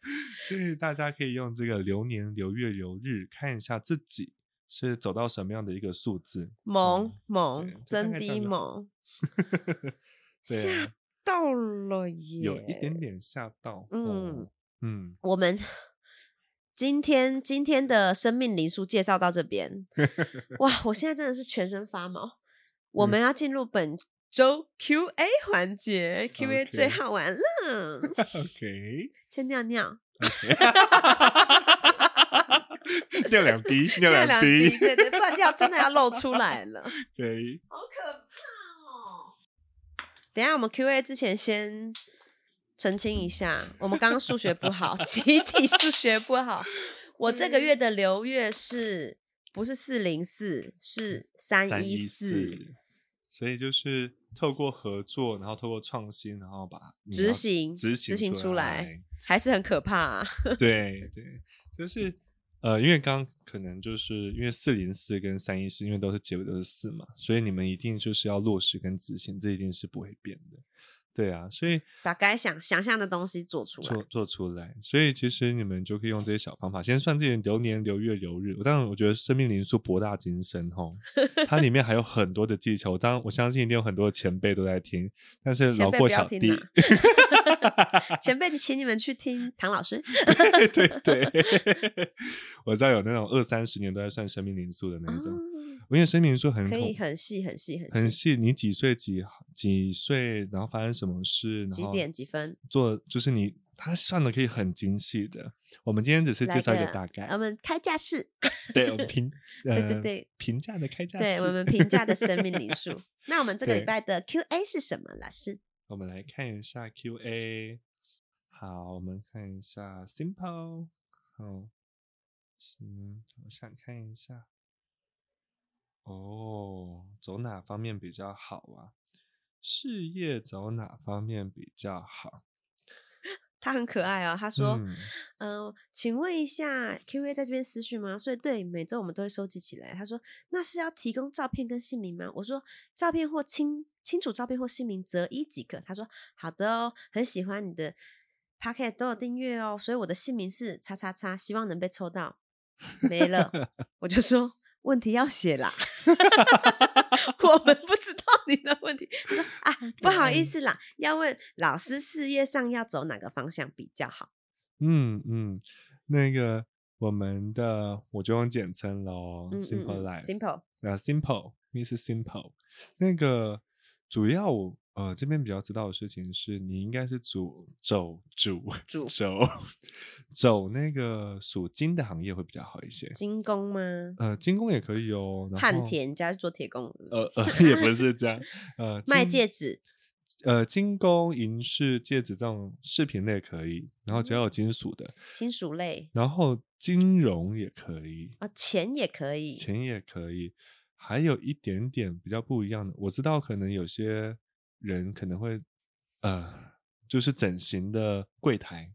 [SPEAKER 1] 所以大家可以用这个流年、流月、流日看一下自己是走到什么样的一个数字。
[SPEAKER 2] 萌
[SPEAKER 1] 嗯对
[SPEAKER 2] 萌，
[SPEAKER 1] 就大
[SPEAKER 2] 真
[SPEAKER 1] 概这
[SPEAKER 2] 的
[SPEAKER 1] 样就好
[SPEAKER 2] 萌，
[SPEAKER 1] 对啊
[SPEAKER 2] 吓到了耶！
[SPEAKER 1] 有一点点吓到。
[SPEAKER 2] 嗯
[SPEAKER 1] 嗯嗯，
[SPEAKER 2] 我们今天今天的生命灵数介绍到这 边，哇，我现在真的是全身发毛。我
[SPEAKER 1] 嗯
[SPEAKER 2] 们要进入本周 Q&A 环节，Q&A 最
[SPEAKER 1] OK。
[SPEAKER 2] 好玩了
[SPEAKER 1] OK，
[SPEAKER 2] 先尿尿，
[SPEAKER 1] 尿两 滴，尿
[SPEAKER 2] 尿
[SPEAKER 1] 两
[SPEAKER 2] 滴，
[SPEAKER 1] 滴，
[SPEAKER 2] 对对，不然尿真的要露出来了，
[SPEAKER 1] 对，
[SPEAKER 2] 好可怕哦！等一下我们 Q&A 之前先。澄清一下，我们刚刚数学不好， 集体数学不好。我这个月的流月是不是四零四？是三一四。。
[SPEAKER 1] 所以就是透过合作，然后透过创新，然后把你
[SPEAKER 2] 执
[SPEAKER 1] 要
[SPEAKER 2] 行
[SPEAKER 1] 执
[SPEAKER 2] 执行出
[SPEAKER 1] 来
[SPEAKER 2] 来。还是很可怕、啊。
[SPEAKER 1] 对对，就是呃，因为刚刚可能就是因为四零四跟三一四，因为都是结尾都是四嘛，所以你们一定就是要落实跟执行，这一定是不会变的。对啊，所以
[SPEAKER 2] 把该想想象的东西做出
[SPEAKER 1] 做
[SPEAKER 2] 来。
[SPEAKER 1] 做出来。所以其实你们就可以用这些小方法，先算自己的流年、流月、流日。我当然我觉得生命灵数博大精深 吼，它里面还有很多的技巧。我当然我相信一定有很多的前辈都在听，但是
[SPEAKER 2] 前
[SPEAKER 1] 老
[SPEAKER 2] 辈
[SPEAKER 1] 过
[SPEAKER 2] 不要
[SPEAKER 1] 小
[SPEAKER 2] 听
[SPEAKER 1] 弟，
[SPEAKER 2] 啊前辈，请你们去听唐老师。
[SPEAKER 1] 对 对，我知道有那种二三十年都在算生命灵数的那一种。
[SPEAKER 2] 哦
[SPEAKER 1] 因为生命灵数很
[SPEAKER 2] 可以
[SPEAKER 1] 恐
[SPEAKER 2] 很细很细很
[SPEAKER 1] 很
[SPEAKER 2] 细
[SPEAKER 1] 细，你几岁几号几岁，然后发生什么事，然
[SPEAKER 2] 几
[SPEAKER 1] 后
[SPEAKER 2] 点几分
[SPEAKER 1] 做，就是你他算的可以很精细的。我们今天只是介
[SPEAKER 2] 来
[SPEAKER 1] 绍一个
[SPEAKER 2] 个
[SPEAKER 1] 大概，
[SPEAKER 2] 我们开架式，
[SPEAKER 1] 对我们评
[SPEAKER 2] 对对
[SPEAKER 1] 呃
[SPEAKER 2] 对
[SPEAKER 1] 评价的开价
[SPEAKER 2] 对
[SPEAKER 1] 是
[SPEAKER 2] 我们评价的生命 灵数。那我们这个礼
[SPEAKER 1] 对
[SPEAKER 2] 拜的 Q&A 是什么，老师？
[SPEAKER 1] 我们来看一下 Q&A。好，我们看一下 Simple。好，行，我想看一下。哦，走哪方面比较好啊？事业走哪方面比较好？
[SPEAKER 2] 他很可爱哦，他说：“
[SPEAKER 1] 嗯
[SPEAKER 2] 嗯、呃，请问一下，Q&A 在这边私讯吗？所以对，每周我们都会收集起来。”他说：“那是要提供照片跟姓名吗？”我说：“照片或清清楚照片或姓名择一即可。”他说：“好的哦，很喜欢你的 p o c k e t 都有订阅哦，所以我的姓名是叉叉叉，希望能被抽到。”没了，我就说。问题要写啦， 我们不知道你的问题。他说啊，不好意思啦，要问老师事业上要走哪个方向比较好？
[SPEAKER 1] 嗯嗯，那个我们的我就用简称喽
[SPEAKER 2] 嗯嗯
[SPEAKER 1] ，Simple
[SPEAKER 2] 嗯
[SPEAKER 1] Life。
[SPEAKER 2] Simple，
[SPEAKER 1] 那呃 Simple，Miss Simple，那个主要我呃这边比较知道的事情是，你应该是主走主
[SPEAKER 2] 主
[SPEAKER 1] 走走那个属金的行业会比较好一些。
[SPEAKER 2] 精工吗？
[SPEAKER 1] 呃，金工也可以哦，然
[SPEAKER 2] 焊
[SPEAKER 1] 后
[SPEAKER 2] 铁，人家是做铁工的，
[SPEAKER 1] 呃呃也不是这样，呃
[SPEAKER 2] 卖
[SPEAKER 1] 金
[SPEAKER 2] 戒指，
[SPEAKER 1] 呃金工、银饰、戒指这种饰品类可以，然
[SPEAKER 2] 嗯
[SPEAKER 1] 后只要有金属的，
[SPEAKER 2] 金属类
[SPEAKER 1] 然后金融也可以，
[SPEAKER 2] 啊，钱也可以，
[SPEAKER 1] 钱也可以，还有一点点比较不一样的，我知道可能有些人可能会，呃，就是整形的柜台，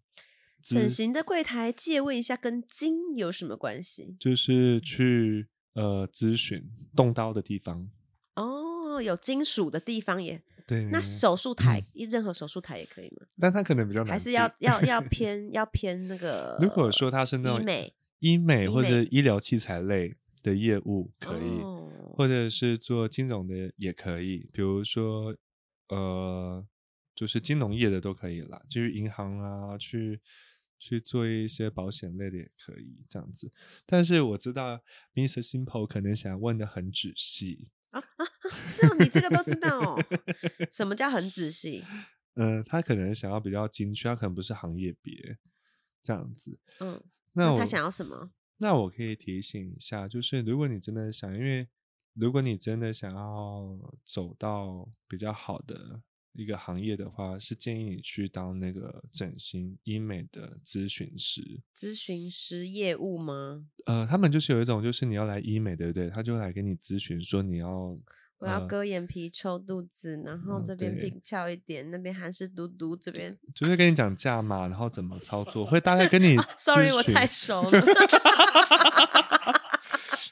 [SPEAKER 2] 整
[SPEAKER 1] 资
[SPEAKER 2] 形的柜台借问一下，跟金有什么关系？
[SPEAKER 1] 就是去呃咨询动刀的地方，
[SPEAKER 2] 哦，有金属的地方也，
[SPEAKER 1] 对，
[SPEAKER 2] 那手术台，一任何手术台也可以吗？
[SPEAKER 1] 但他嗯可能比较难，
[SPEAKER 2] 还是要。要 要偏要偏那个？
[SPEAKER 1] 如果说他是那种
[SPEAKER 2] 医美
[SPEAKER 1] 医美
[SPEAKER 2] 医
[SPEAKER 1] 或者
[SPEAKER 2] 美
[SPEAKER 1] 医疗器材类的业务，可以，
[SPEAKER 2] 哦
[SPEAKER 1] 或者是做金融的也可以，比如说呃，就是金融业的都可以啦，就是银行啊，去去做一些保险类的也可以这样子。但是我知道 Mr. Simple 可能想问的很仔细，
[SPEAKER 2] 是哦，你这个都知 道哦。什么叫很仔细？
[SPEAKER 1] 嗯、他可能想要比较精确，他可能不是行业别这样子。
[SPEAKER 2] 嗯，
[SPEAKER 1] 那
[SPEAKER 2] 那他
[SPEAKER 1] 我
[SPEAKER 2] 想要什么？
[SPEAKER 1] 那我可以提醒一下，就是如果你真的想，因为如果你真的想要走到比较好的一个行业的话，是建议你去当那个整形医美的咨询师。
[SPEAKER 2] 咨询师业务吗？
[SPEAKER 1] 呃，他们就是有一种，就是你要来医美，对不对？他就来跟你咨询说你要
[SPEAKER 2] 我要
[SPEAKER 1] 呃
[SPEAKER 2] 割眼皮、抽肚子，然后
[SPEAKER 1] 嗯
[SPEAKER 2] 这边
[SPEAKER 1] 对
[SPEAKER 2] 病翘一点，那边韩式嘟嘟，这边
[SPEAKER 1] 就是跟你讲价码，然后怎么操作，会大概跟 你、
[SPEAKER 2] 啊
[SPEAKER 1] 咨
[SPEAKER 2] ，sorry，我
[SPEAKER 1] 询
[SPEAKER 2] 太熟了。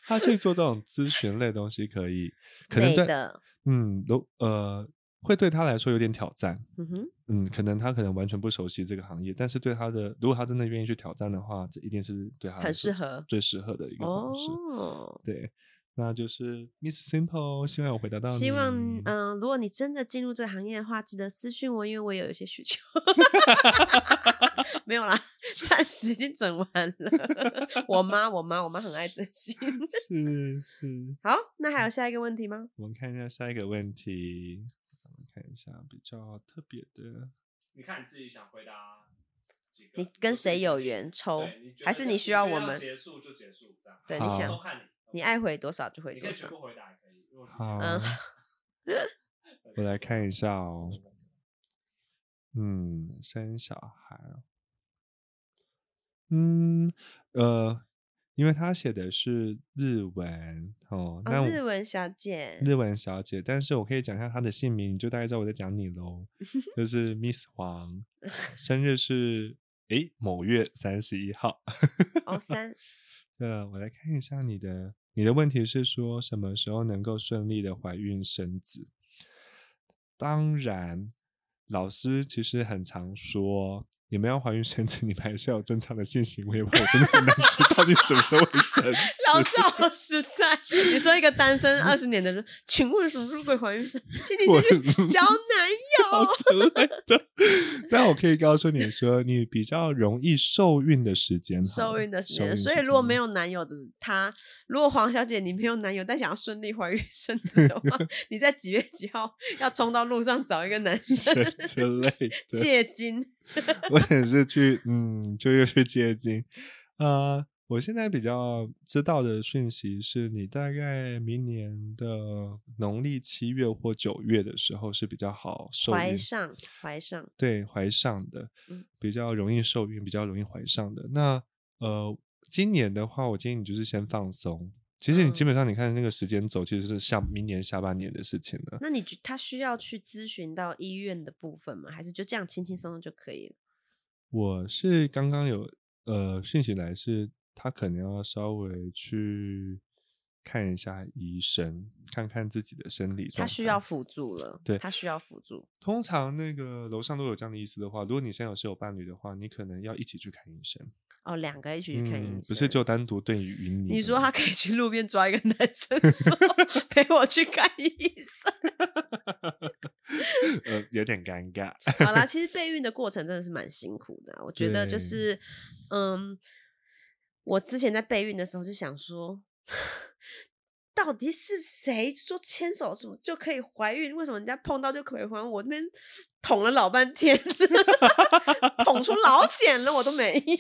[SPEAKER 1] 他去做这种咨询类的东西可以，可能
[SPEAKER 2] 美
[SPEAKER 1] 对，
[SPEAKER 2] 的，
[SPEAKER 1] 嗯，都呃，会对他来说有点挑战。
[SPEAKER 2] 嗯哼，
[SPEAKER 1] 嗯，可能他可能完全不熟悉这个行业，但是对他的，如果他真的愿意去挑战的话，这一定啊是对他来
[SPEAKER 2] 很
[SPEAKER 1] 说
[SPEAKER 2] 适合
[SPEAKER 1] 最适合的一个方式。
[SPEAKER 2] 哦。
[SPEAKER 1] 对，那就是 Miss Simple，希望我回答到你。
[SPEAKER 2] 希望嗯、如果你真的进入这个行业的话，记得私信我，因为我也有一些需求。 没有啦，暂时已经整完了。我妈，我妈，我妈很爱整形。
[SPEAKER 1] 是是，
[SPEAKER 2] 好，那还有下一个问题吗？
[SPEAKER 1] 我们看一下下一个问题，我们看一下比较特别的。
[SPEAKER 2] 嗯
[SPEAKER 3] 你看你自己想回答几个？
[SPEAKER 2] 你跟谁有
[SPEAKER 3] 你
[SPEAKER 2] 缘抽？
[SPEAKER 3] 对你觉得
[SPEAKER 2] 还是
[SPEAKER 3] 要
[SPEAKER 2] 你需要我
[SPEAKER 3] 觉得
[SPEAKER 2] 们
[SPEAKER 3] 结束就结束这样？
[SPEAKER 2] 对
[SPEAKER 1] 你
[SPEAKER 3] 好
[SPEAKER 1] 想
[SPEAKER 3] 都看你，
[SPEAKER 2] 你爱回多少就回
[SPEAKER 3] 你可
[SPEAKER 2] 多
[SPEAKER 3] 以
[SPEAKER 2] 少。
[SPEAKER 3] 全部回答也可以。如果你
[SPEAKER 1] 好，
[SPEAKER 2] 嗯
[SPEAKER 1] 我来看一下哦。嗯，生小孩哦，嗯，呃，因为他写的是日文哦，那
[SPEAKER 2] 哦，
[SPEAKER 1] 我
[SPEAKER 2] 日文小姐，
[SPEAKER 1] 日文小姐，但是我可以讲一下她的姓名，你就大概知道我在讲你 喽，就是 Miss 黄，生日是诶某月三十一号。
[SPEAKER 2] 哦， 三
[SPEAKER 1] 呃，我来看一下你的你的问题是说什么时候能够顺利的怀孕生子？当然，老师其实很常说，你们要怀孕生子，你们还是要有正常的性行为吧。我真的很难知道你什么时候会生
[SPEAKER 2] 老
[SPEAKER 1] 子
[SPEAKER 2] 师。好实在，你说一个单身二十年的人，请问什么时候会怀孕生？请 你
[SPEAKER 1] 我嗯
[SPEAKER 2] 先去交男
[SPEAKER 1] 好
[SPEAKER 2] 友。
[SPEAKER 1] 之类的，但我可以告诉你说，你比较容易受孕的时间好了，
[SPEAKER 2] 受孕的时
[SPEAKER 1] 受
[SPEAKER 2] 间，
[SPEAKER 1] 孕
[SPEAKER 2] 所以如果没
[SPEAKER 1] 间
[SPEAKER 2] 有男友的她，如果黄小姐你没有男友，但想要顺利怀孕生子 的话，你在几月几号要冲到路上找一个男生
[SPEAKER 1] 是之类的，
[SPEAKER 2] 借精？
[SPEAKER 1] 我也是去，嗯，就又去接近。呃，我现在比较知道的讯息是，你大概明年的农历七月或九月的时候是比较好受
[SPEAKER 2] 怀
[SPEAKER 1] 孕，
[SPEAKER 2] 上，怀上，
[SPEAKER 1] 对，怀上的
[SPEAKER 2] 嗯，
[SPEAKER 1] 比较容易受孕，比较容易怀上的。那呃，今年的话，我建议你就是先放松。其实你基
[SPEAKER 2] 嗯
[SPEAKER 1] 本上你看那个时间走，其实是下明年下半年的事情了。
[SPEAKER 2] 那你觉她需要去咨询到医院的部分吗？还是就这样轻轻松松就可以了？
[SPEAKER 1] 我是刚刚有呃讯息来是，他可能要稍微去看一下医生，看看自己的生理状态。
[SPEAKER 2] 她需要辅助了，
[SPEAKER 1] 对
[SPEAKER 2] 她需要辅助。
[SPEAKER 1] 通常那个楼上都有这样的意思的话，如果你现在有是有伴侣的话，你可能要一起去看医生，
[SPEAKER 2] 哦，两个一起去看医生，
[SPEAKER 1] 嗯，不是就单独对于你的。
[SPEAKER 2] 你说他可以去路边抓一个男生说 陪我去看医生。
[SPEAKER 1] 呃有点尴尬，
[SPEAKER 2] 好啦，其实备孕的过程真的是蛮辛苦的啊、我觉得就
[SPEAKER 1] 对
[SPEAKER 2] 是，嗯，我之前在备孕的时候就想说。 到底是谁说牵手什么就可以怀孕？为什么人家碰到就可以怀孕？我那边捅了老半天， 捅出老茧了，我都没有。 就是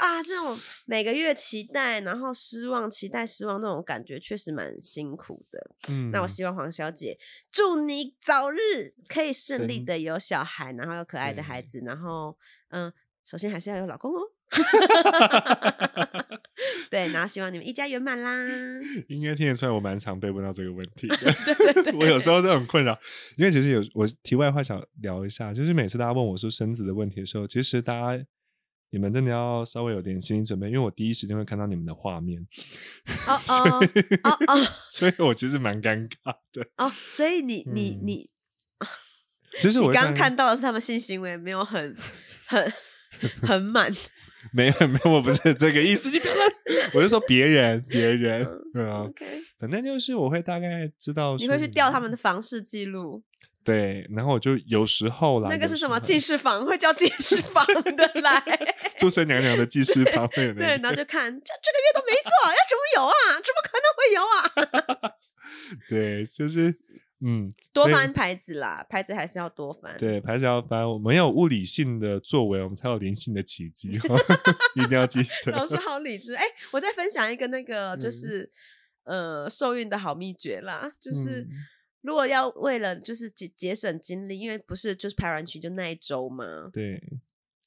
[SPEAKER 2] 啊，这种每个月期待，然后失望，期待失望，这种感觉确实蛮辛苦的。
[SPEAKER 1] 嗯，
[SPEAKER 2] 那我希望黄小姐，祝你早日可以顺利
[SPEAKER 1] 真
[SPEAKER 2] 的有小孩，然后有可爱的孩
[SPEAKER 1] 对
[SPEAKER 2] 子，然后嗯，首先还是要有老公哦。 对，然后希望你们一家圆满啦。
[SPEAKER 1] 应该听得出来，我蛮常被问到这个问题的。
[SPEAKER 2] 对 对对，
[SPEAKER 1] 我有时候都很困扰，因为其实有我题外话想聊一下，就是每次大家问我说生子的问题的时候，其实大家你们真的要稍微有点心理准备，因为我第一时间会看到你们的画面，
[SPEAKER 2] 哦哦哦哦
[SPEAKER 1] 所以我其实蛮尴尬的。
[SPEAKER 2] 哦，所以你你
[SPEAKER 1] 嗯
[SPEAKER 2] 你
[SPEAKER 1] 其实
[SPEAKER 2] 你
[SPEAKER 1] 我会
[SPEAKER 2] 刚刚看到的是他们性行为没有很很很 满。
[SPEAKER 1] 没有没有，我不是这个意思，你不要 乱，我是说别人别人，对啊，
[SPEAKER 2] OK。
[SPEAKER 1] 反正就是我会大概知道
[SPEAKER 2] 嗯你
[SPEAKER 1] 说
[SPEAKER 2] 会去调他们的房事记录，
[SPEAKER 1] 对，然后我就有时候啦，
[SPEAKER 2] 那个
[SPEAKER 1] 有
[SPEAKER 2] 是
[SPEAKER 1] 时
[SPEAKER 2] 什么
[SPEAKER 1] 候
[SPEAKER 2] 进士房，会叫进士房的来，
[SPEAKER 1] 祝生娘娘的技师旁会有
[SPEAKER 2] 对，
[SPEAKER 1] 那
[SPEAKER 2] 然 后就看这这个月都没做，要怎么有啊？怎么可能会有啊？
[SPEAKER 1] 对，就是嗯，
[SPEAKER 2] 多
[SPEAKER 1] 所以
[SPEAKER 2] 翻牌子啦，牌子还是要多翻。
[SPEAKER 1] 对，牌子要翻，我们要有物理性的作为，我们才有灵性的奇 迹 哦，一定要记
[SPEAKER 2] 老
[SPEAKER 1] 得。
[SPEAKER 2] 师好理智。哎、我再分享一个那个就
[SPEAKER 1] 嗯
[SPEAKER 2] 是、呃受孕的好秘诀啦，就是。
[SPEAKER 1] 嗯
[SPEAKER 2] 如果要为了就是节节省精力，因为不是就是排卵期就那一周嘛，
[SPEAKER 1] 对，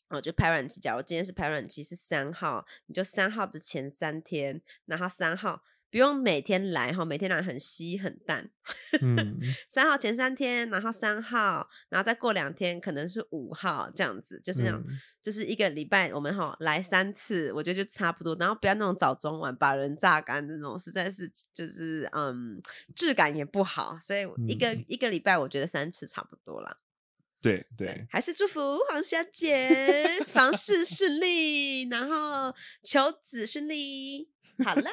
[SPEAKER 2] 哦，就排卵期，假如今天是排卵期是三号，你就三号的前三天，然后三号不用每天来哈，每天来很稀很淡，
[SPEAKER 1] 嗯，
[SPEAKER 2] 三号前三天，然后三号，然后再过两天可能是五号这样子，就是这样，
[SPEAKER 1] 嗯
[SPEAKER 2] 就是一个礼拜我们哈来三次，我觉得就差不多，然后不要那种早中晚把人榨干那种，实在是就是嗯质感也不好，所以一个、
[SPEAKER 1] 嗯
[SPEAKER 2] 一个礼拜我觉得三次差不多啦。
[SPEAKER 1] 对
[SPEAKER 2] 对
[SPEAKER 1] 对，，
[SPEAKER 2] 还是祝福黄小姐房事顺利，然后求子顺利。好了，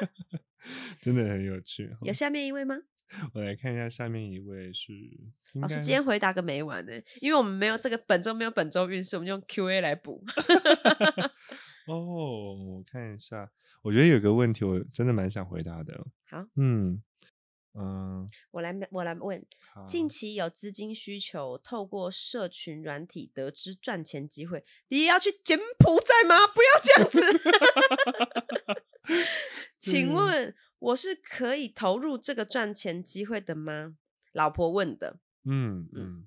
[SPEAKER 1] 真的很有趣哦。
[SPEAKER 2] 有下面一位吗？
[SPEAKER 1] 我来看一下下面一位是应
[SPEAKER 2] 老师
[SPEAKER 1] 该
[SPEAKER 2] 哦今天回答个没完呢、因为我们没有这个本周没有本周运势，我们用 Q&A 来补。
[SPEAKER 1] 哦，我看一下，我觉得有个问题，我真的蛮想回答的。
[SPEAKER 2] 好，
[SPEAKER 1] 嗯嗯，
[SPEAKER 2] 我来我来问，
[SPEAKER 1] 好
[SPEAKER 2] 近期有资金需求，透过社群软体得知赚钱机会，你也要去柬埔寨吗？不要这样子。 请
[SPEAKER 1] 嗯
[SPEAKER 2] 问我是可以投入这个赚钱机会的吗？老婆问的。
[SPEAKER 1] 嗯嗯
[SPEAKER 2] 嗯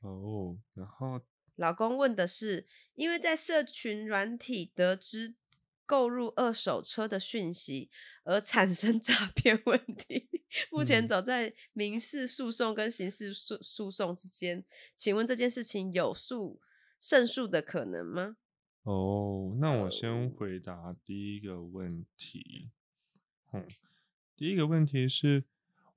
[SPEAKER 1] 哦，然后
[SPEAKER 2] 老公问的是，因为在社群软体得知购入二手车的讯息而产生 诈骗问题，目前
[SPEAKER 1] 嗯
[SPEAKER 2] 走在民事诉讼跟刑事诉诉讼之间，请问这件事情有诉胜诉的可能吗？
[SPEAKER 1] 哦，那我先
[SPEAKER 2] 呃
[SPEAKER 1] 回答第一个问题。嗯，第一个问题是，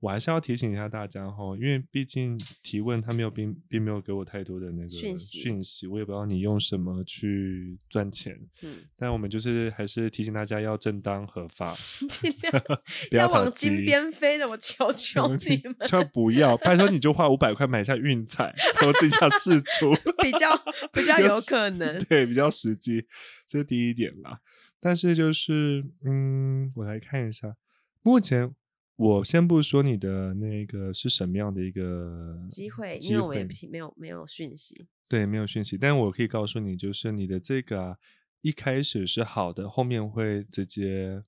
[SPEAKER 1] 我还是要提醒一下大家哈，因为毕竟提问他没有并并没有给我太多的那个
[SPEAKER 2] 讯息
[SPEAKER 1] 讯息，我也不知道你用什么去赚钱，
[SPEAKER 2] 嗯，
[SPEAKER 1] 但我们就是还是提醒大家要正当合法，
[SPEAKER 2] 尽量
[SPEAKER 1] 不
[SPEAKER 2] 要
[SPEAKER 1] 讨
[SPEAKER 2] 往金
[SPEAKER 1] 鸡
[SPEAKER 2] 边飞的，我求求你 们，
[SPEAKER 1] 就不要，拜托你就花五百块买一下运彩，投资一下 世足，
[SPEAKER 2] 比较比较有
[SPEAKER 1] 实
[SPEAKER 2] 可能
[SPEAKER 1] 对，比较实际，这是第一点啦。但是就是，嗯，我来看一下，目前我先不说你的那个是什么样的一个
[SPEAKER 2] 机会，
[SPEAKER 1] 机
[SPEAKER 2] 因为我们也
[SPEAKER 1] 会
[SPEAKER 2] 不没有没有讯息，
[SPEAKER 1] 对，没有讯息，但我可以告诉你，就是你的这个啊、一开始是好的，后面会直接，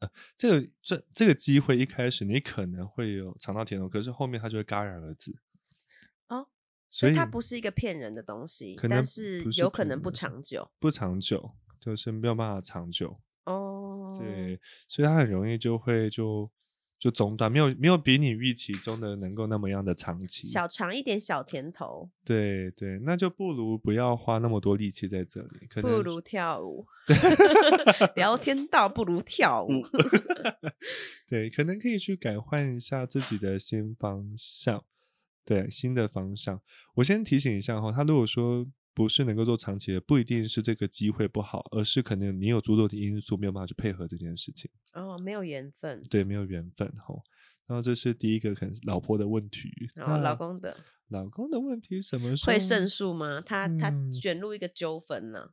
[SPEAKER 1] 呃，这个这这个机会一开始你可能会有尝到甜头，可是后面它就会戛然而止。
[SPEAKER 2] 哦，
[SPEAKER 1] 所以
[SPEAKER 2] 它不是一个骗人的东西
[SPEAKER 1] 可，能
[SPEAKER 2] 但
[SPEAKER 1] 不
[SPEAKER 2] 是
[SPEAKER 1] 是
[SPEAKER 2] 有可
[SPEAKER 1] 骗
[SPEAKER 2] 能不
[SPEAKER 1] 人
[SPEAKER 2] 长久
[SPEAKER 1] 不长久，就是没有办法长久。
[SPEAKER 2] 哦。
[SPEAKER 1] 对，所以它很容易就会就就中断，没有没有比你预期中的能够那么样的长期。
[SPEAKER 2] 小尝一点小甜头，
[SPEAKER 1] 对对，那就不如不要花那么多力气在这里，可
[SPEAKER 2] 不
[SPEAKER 1] 能
[SPEAKER 2] 如跳 舞。聊天到不如跳
[SPEAKER 1] 嗯
[SPEAKER 2] 舞。
[SPEAKER 1] 对，可能可以去改换一下自己的新方向，对新的方向。我先提醒一下哈、他如果说不是能够做长期的，不一定是这个机会不好，而是可能你有诸多的因素没有办法去配合这件事情，
[SPEAKER 2] 哦，没有缘分。
[SPEAKER 1] 对，没有缘分哈、然后这是第一个，可能是老婆的问题。
[SPEAKER 2] 然后
[SPEAKER 1] 那
[SPEAKER 2] 哦老公的
[SPEAKER 1] 老公的问题什么时候
[SPEAKER 2] 会胜？诉吗？他他
[SPEAKER 1] 嗯
[SPEAKER 2] 卷入一个纠纷呢？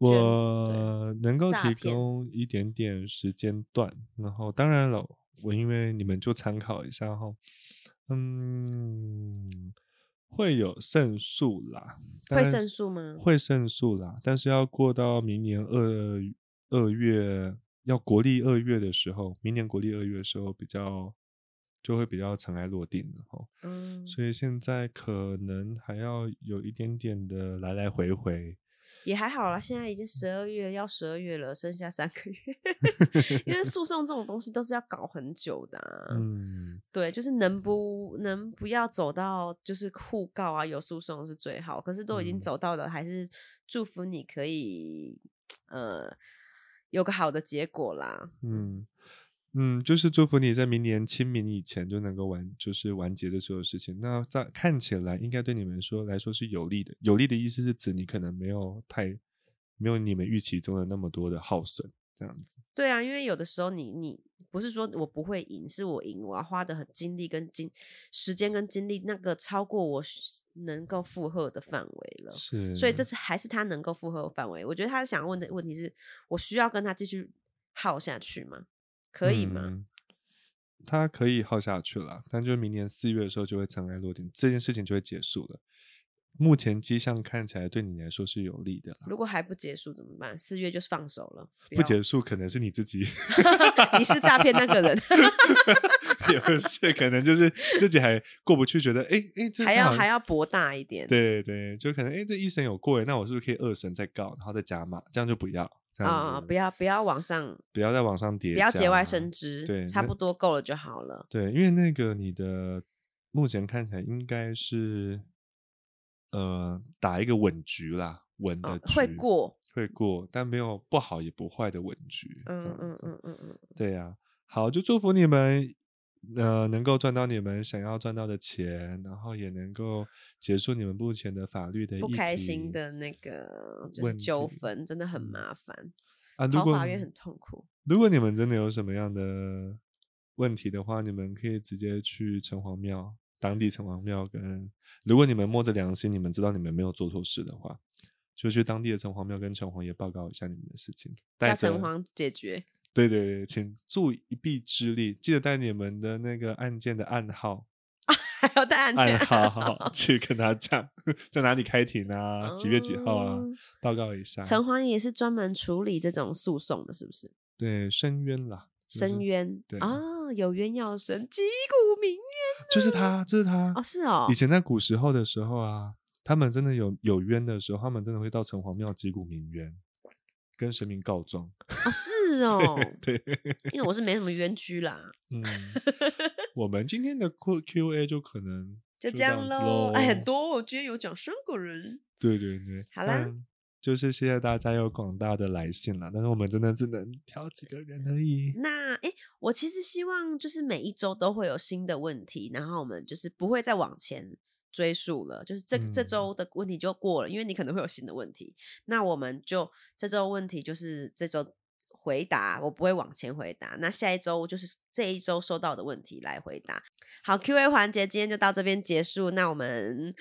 [SPEAKER 2] 对
[SPEAKER 1] 我能够
[SPEAKER 2] 诈
[SPEAKER 1] 提
[SPEAKER 2] 骗
[SPEAKER 1] 供一点点时间段，然后当然了，我因为你们就参考一下哈，嗯，会有胜诉啦，
[SPEAKER 2] 会
[SPEAKER 1] 但
[SPEAKER 2] 胜诉吗
[SPEAKER 1] 会胜诉啦，但是要过到明年二二月，要国历二月的时候，明年国历二月的时候比较就会比较尘埃落定了哈。
[SPEAKER 2] 嗯，
[SPEAKER 1] 所以现在可能还要有一点点的来来回回，
[SPEAKER 2] 也还好啦。现在已经十二月，要十二月了，剩下三个月。 因为诉讼这种东西都是要搞很久的、啊。
[SPEAKER 1] 嗯，
[SPEAKER 2] 对，就是能不能不要走到就是互告啊，有诉讼是最好。可是都已经
[SPEAKER 1] 嗯
[SPEAKER 2] 走到了，还是祝福你可以呃有个好的结果啦。
[SPEAKER 1] 嗯，嗯，就是祝福你在明年清明以前就能够完，就是完结的所有事情。那在看起来应该对你们说来说是有利的。有利的意思是指你可能没有太没有你们预期中的那么多的耗损，这样子。
[SPEAKER 2] 对啊，因为有的时候你你不是说我不会赢，是我赢，我要花的很精力跟精时间跟精力，那个超过我是能够负荷的范围了。
[SPEAKER 1] 是，
[SPEAKER 2] 所以这是还是他能够负荷的范围。我觉得他想问的问题是，我需要跟他继续耗下去吗？可以吗？
[SPEAKER 1] 嗯它可以耗下去了，但就是明年四月的时候就会尘埃落定，这件事情就会结束了。目前迹象看起来对你来说是有利的啦，
[SPEAKER 2] 如果还不结束怎么办？四月就是放手了，
[SPEAKER 1] 不
[SPEAKER 2] 要
[SPEAKER 1] 结束可能是你自己
[SPEAKER 2] 你是诈骗那 个人，
[SPEAKER 1] 也不是，可能就是自己还过不去，觉得哎哎，诶这
[SPEAKER 2] 还
[SPEAKER 1] 次
[SPEAKER 2] 要
[SPEAKER 1] 好像
[SPEAKER 2] 还要博大一点。
[SPEAKER 1] 对对，就可能哎，诶这一审有过诶，那我是不是可以二审再告，然后再加码，这样就不要这样
[SPEAKER 2] 啊、
[SPEAKER 1] 子
[SPEAKER 2] 不要不要往上，
[SPEAKER 1] 不要再往上叠，啊
[SPEAKER 2] 不要节外生。枝，
[SPEAKER 1] 对
[SPEAKER 2] 差
[SPEAKER 1] 那
[SPEAKER 2] 不多够了就好了。
[SPEAKER 1] 对，因为那个你的目前看起来应该是呃打一个稳局啦，稳的
[SPEAKER 2] 啊，
[SPEAKER 1] 局、
[SPEAKER 2] 会过，
[SPEAKER 1] 会过，但没有不好也不坏的稳局。这
[SPEAKER 2] 嗯
[SPEAKER 1] 样
[SPEAKER 2] 嗯
[SPEAKER 1] 子
[SPEAKER 2] 嗯嗯嗯，
[SPEAKER 1] 对呀、好，就祝福你们，呃，能够赚到你们想要赚到的钱，然后也能够结束你们目前的法律的
[SPEAKER 2] 不
[SPEAKER 1] 议
[SPEAKER 2] 开心
[SPEAKER 1] 题
[SPEAKER 2] 的那个就是
[SPEAKER 1] 问
[SPEAKER 2] 纠
[SPEAKER 1] 题
[SPEAKER 2] 纷，真的很
[SPEAKER 1] 嗯
[SPEAKER 2] 麻烦，
[SPEAKER 1] 啊。如
[SPEAKER 2] 跑
[SPEAKER 1] 果
[SPEAKER 2] 法院很痛苦。
[SPEAKER 1] 如果你们真的有什么样的问题的话，你们可以直接去城隍庙，当地城隍庙跟，如果你们摸着良心，你们知道你们没有做错事的话。就去当地的城隍庙跟城隍爷报告一下你们的事情，带
[SPEAKER 2] 加
[SPEAKER 1] 着啊
[SPEAKER 2] 城隍解决。
[SPEAKER 1] 对对对，请助一臂之力，记得带你们的那个按键的暗号，
[SPEAKER 2] 还要带安全
[SPEAKER 1] 暗号去跟他讲，在哪里开庭啊，几月几号啊，
[SPEAKER 2] 哦
[SPEAKER 1] 报告一下。
[SPEAKER 2] 城隍也是专门处理这种诉讼的，是不是？
[SPEAKER 1] 对，申冤啦，就是
[SPEAKER 2] 申，冤
[SPEAKER 1] 对
[SPEAKER 2] 啊，有冤要伸，击鼓鸣冤
[SPEAKER 1] 就是他，就是他。
[SPEAKER 2] 哦，是哦
[SPEAKER 1] 以，前在古时候的时候啊，他们真的有有冤的时候，他们真的会到城隍庙击鼓鸣冤，跟神明告状。
[SPEAKER 2] 哦是哦，
[SPEAKER 1] 对，
[SPEAKER 2] 因为我是没什么冤屈啦，
[SPEAKER 1] 嗯，我们今天的 Q Q A 就可能
[SPEAKER 2] 就
[SPEAKER 1] 这
[SPEAKER 2] 这样
[SPEAKER 1] 子
[SPEAKER 2] 喽。哎，很
[SPEAKER 1] 咯。
[SPEAKER 2] 多，我今天有讲三个人，
[SPEAKER 1] 对对对，
[SPEAKER 2] 好啦
[SPEAKER 1] 但就是谢谢大家有广大的来信啦，但是我们真的只能挑几个人而已。
[SPEAKER 2] 那诶，我其实希望就是每一周都会有新的问题，然后我们就是不会再往前追溯了，就是这、这
[SPEAKER 1] 嗯
[SPEAKER 2] 周的问题就过了，因为你可能会有新的问题。那我们就这周问题就是这周回答，我不会往前回答。那下一周就是这一周收到的问题来回答。好，Q&A 环节今天就到这边结束。那我们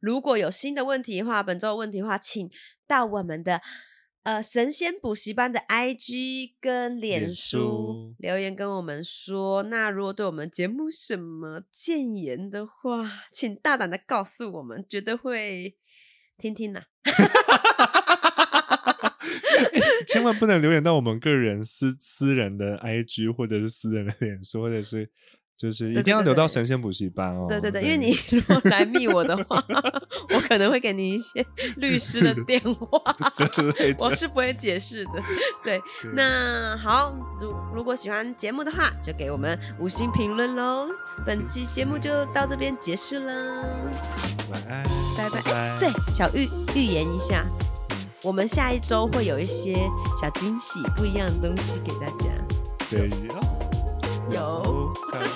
[SPEAKER 2] 如果有新的问题的话，本周的问题的话，请到我们的呃神仙补习班的 IG 跟脸
[SPEAKER 1] 脸
[SPEAKER 2] 书
[SPEAKER 1] 书
[SPEAKER 2] 留言跟我们说。那如果对我们节目什么建言的话，请大胆的告诉我们，绝对会听听呐、
[SPEAKER 1] 千万不能留言到我们个人私私人的 IG 或者是私人的脸书，或者是就是
[SPEAKER 2] 对
[SPEAKER 1] 一
[SPEAKER 2] 对
[SPEAKER 1] 定要
[SPEAKER 2] 对
[SPEAKER 1] 留到
[SPEAKER 2] 对
[SPEAKER 1] 神仙补习班哦。，
[SPEAKER 2] 对对对，因为你如果来密我的话， 我可能会给你一 些律师的电话
[SPEAKER 1] 之类的
[SPEAKER 2] 我是啊不会解 释的。对，
[SPEAKER 1] 对
[SPEAKER 2] 哦那好，如如果喜欢节目的话，就给我们五星评论喽。本期节目就到这边结束啦，
[SPEAKER 1] 晚安，
[SPEAKER 2] 拜拜。
[SPEAKER 1] 拜
[SPEAKER 2] 对，小预预言一下，我们下一周会有一些小惊喜、不一样的东西给大家。
[SPEAKER 1] 对，
[SPEAKER 2] 네.
[SPEAKER 1] 有
[SPEAKER 2] 有。
[SPEAKER 1] 下一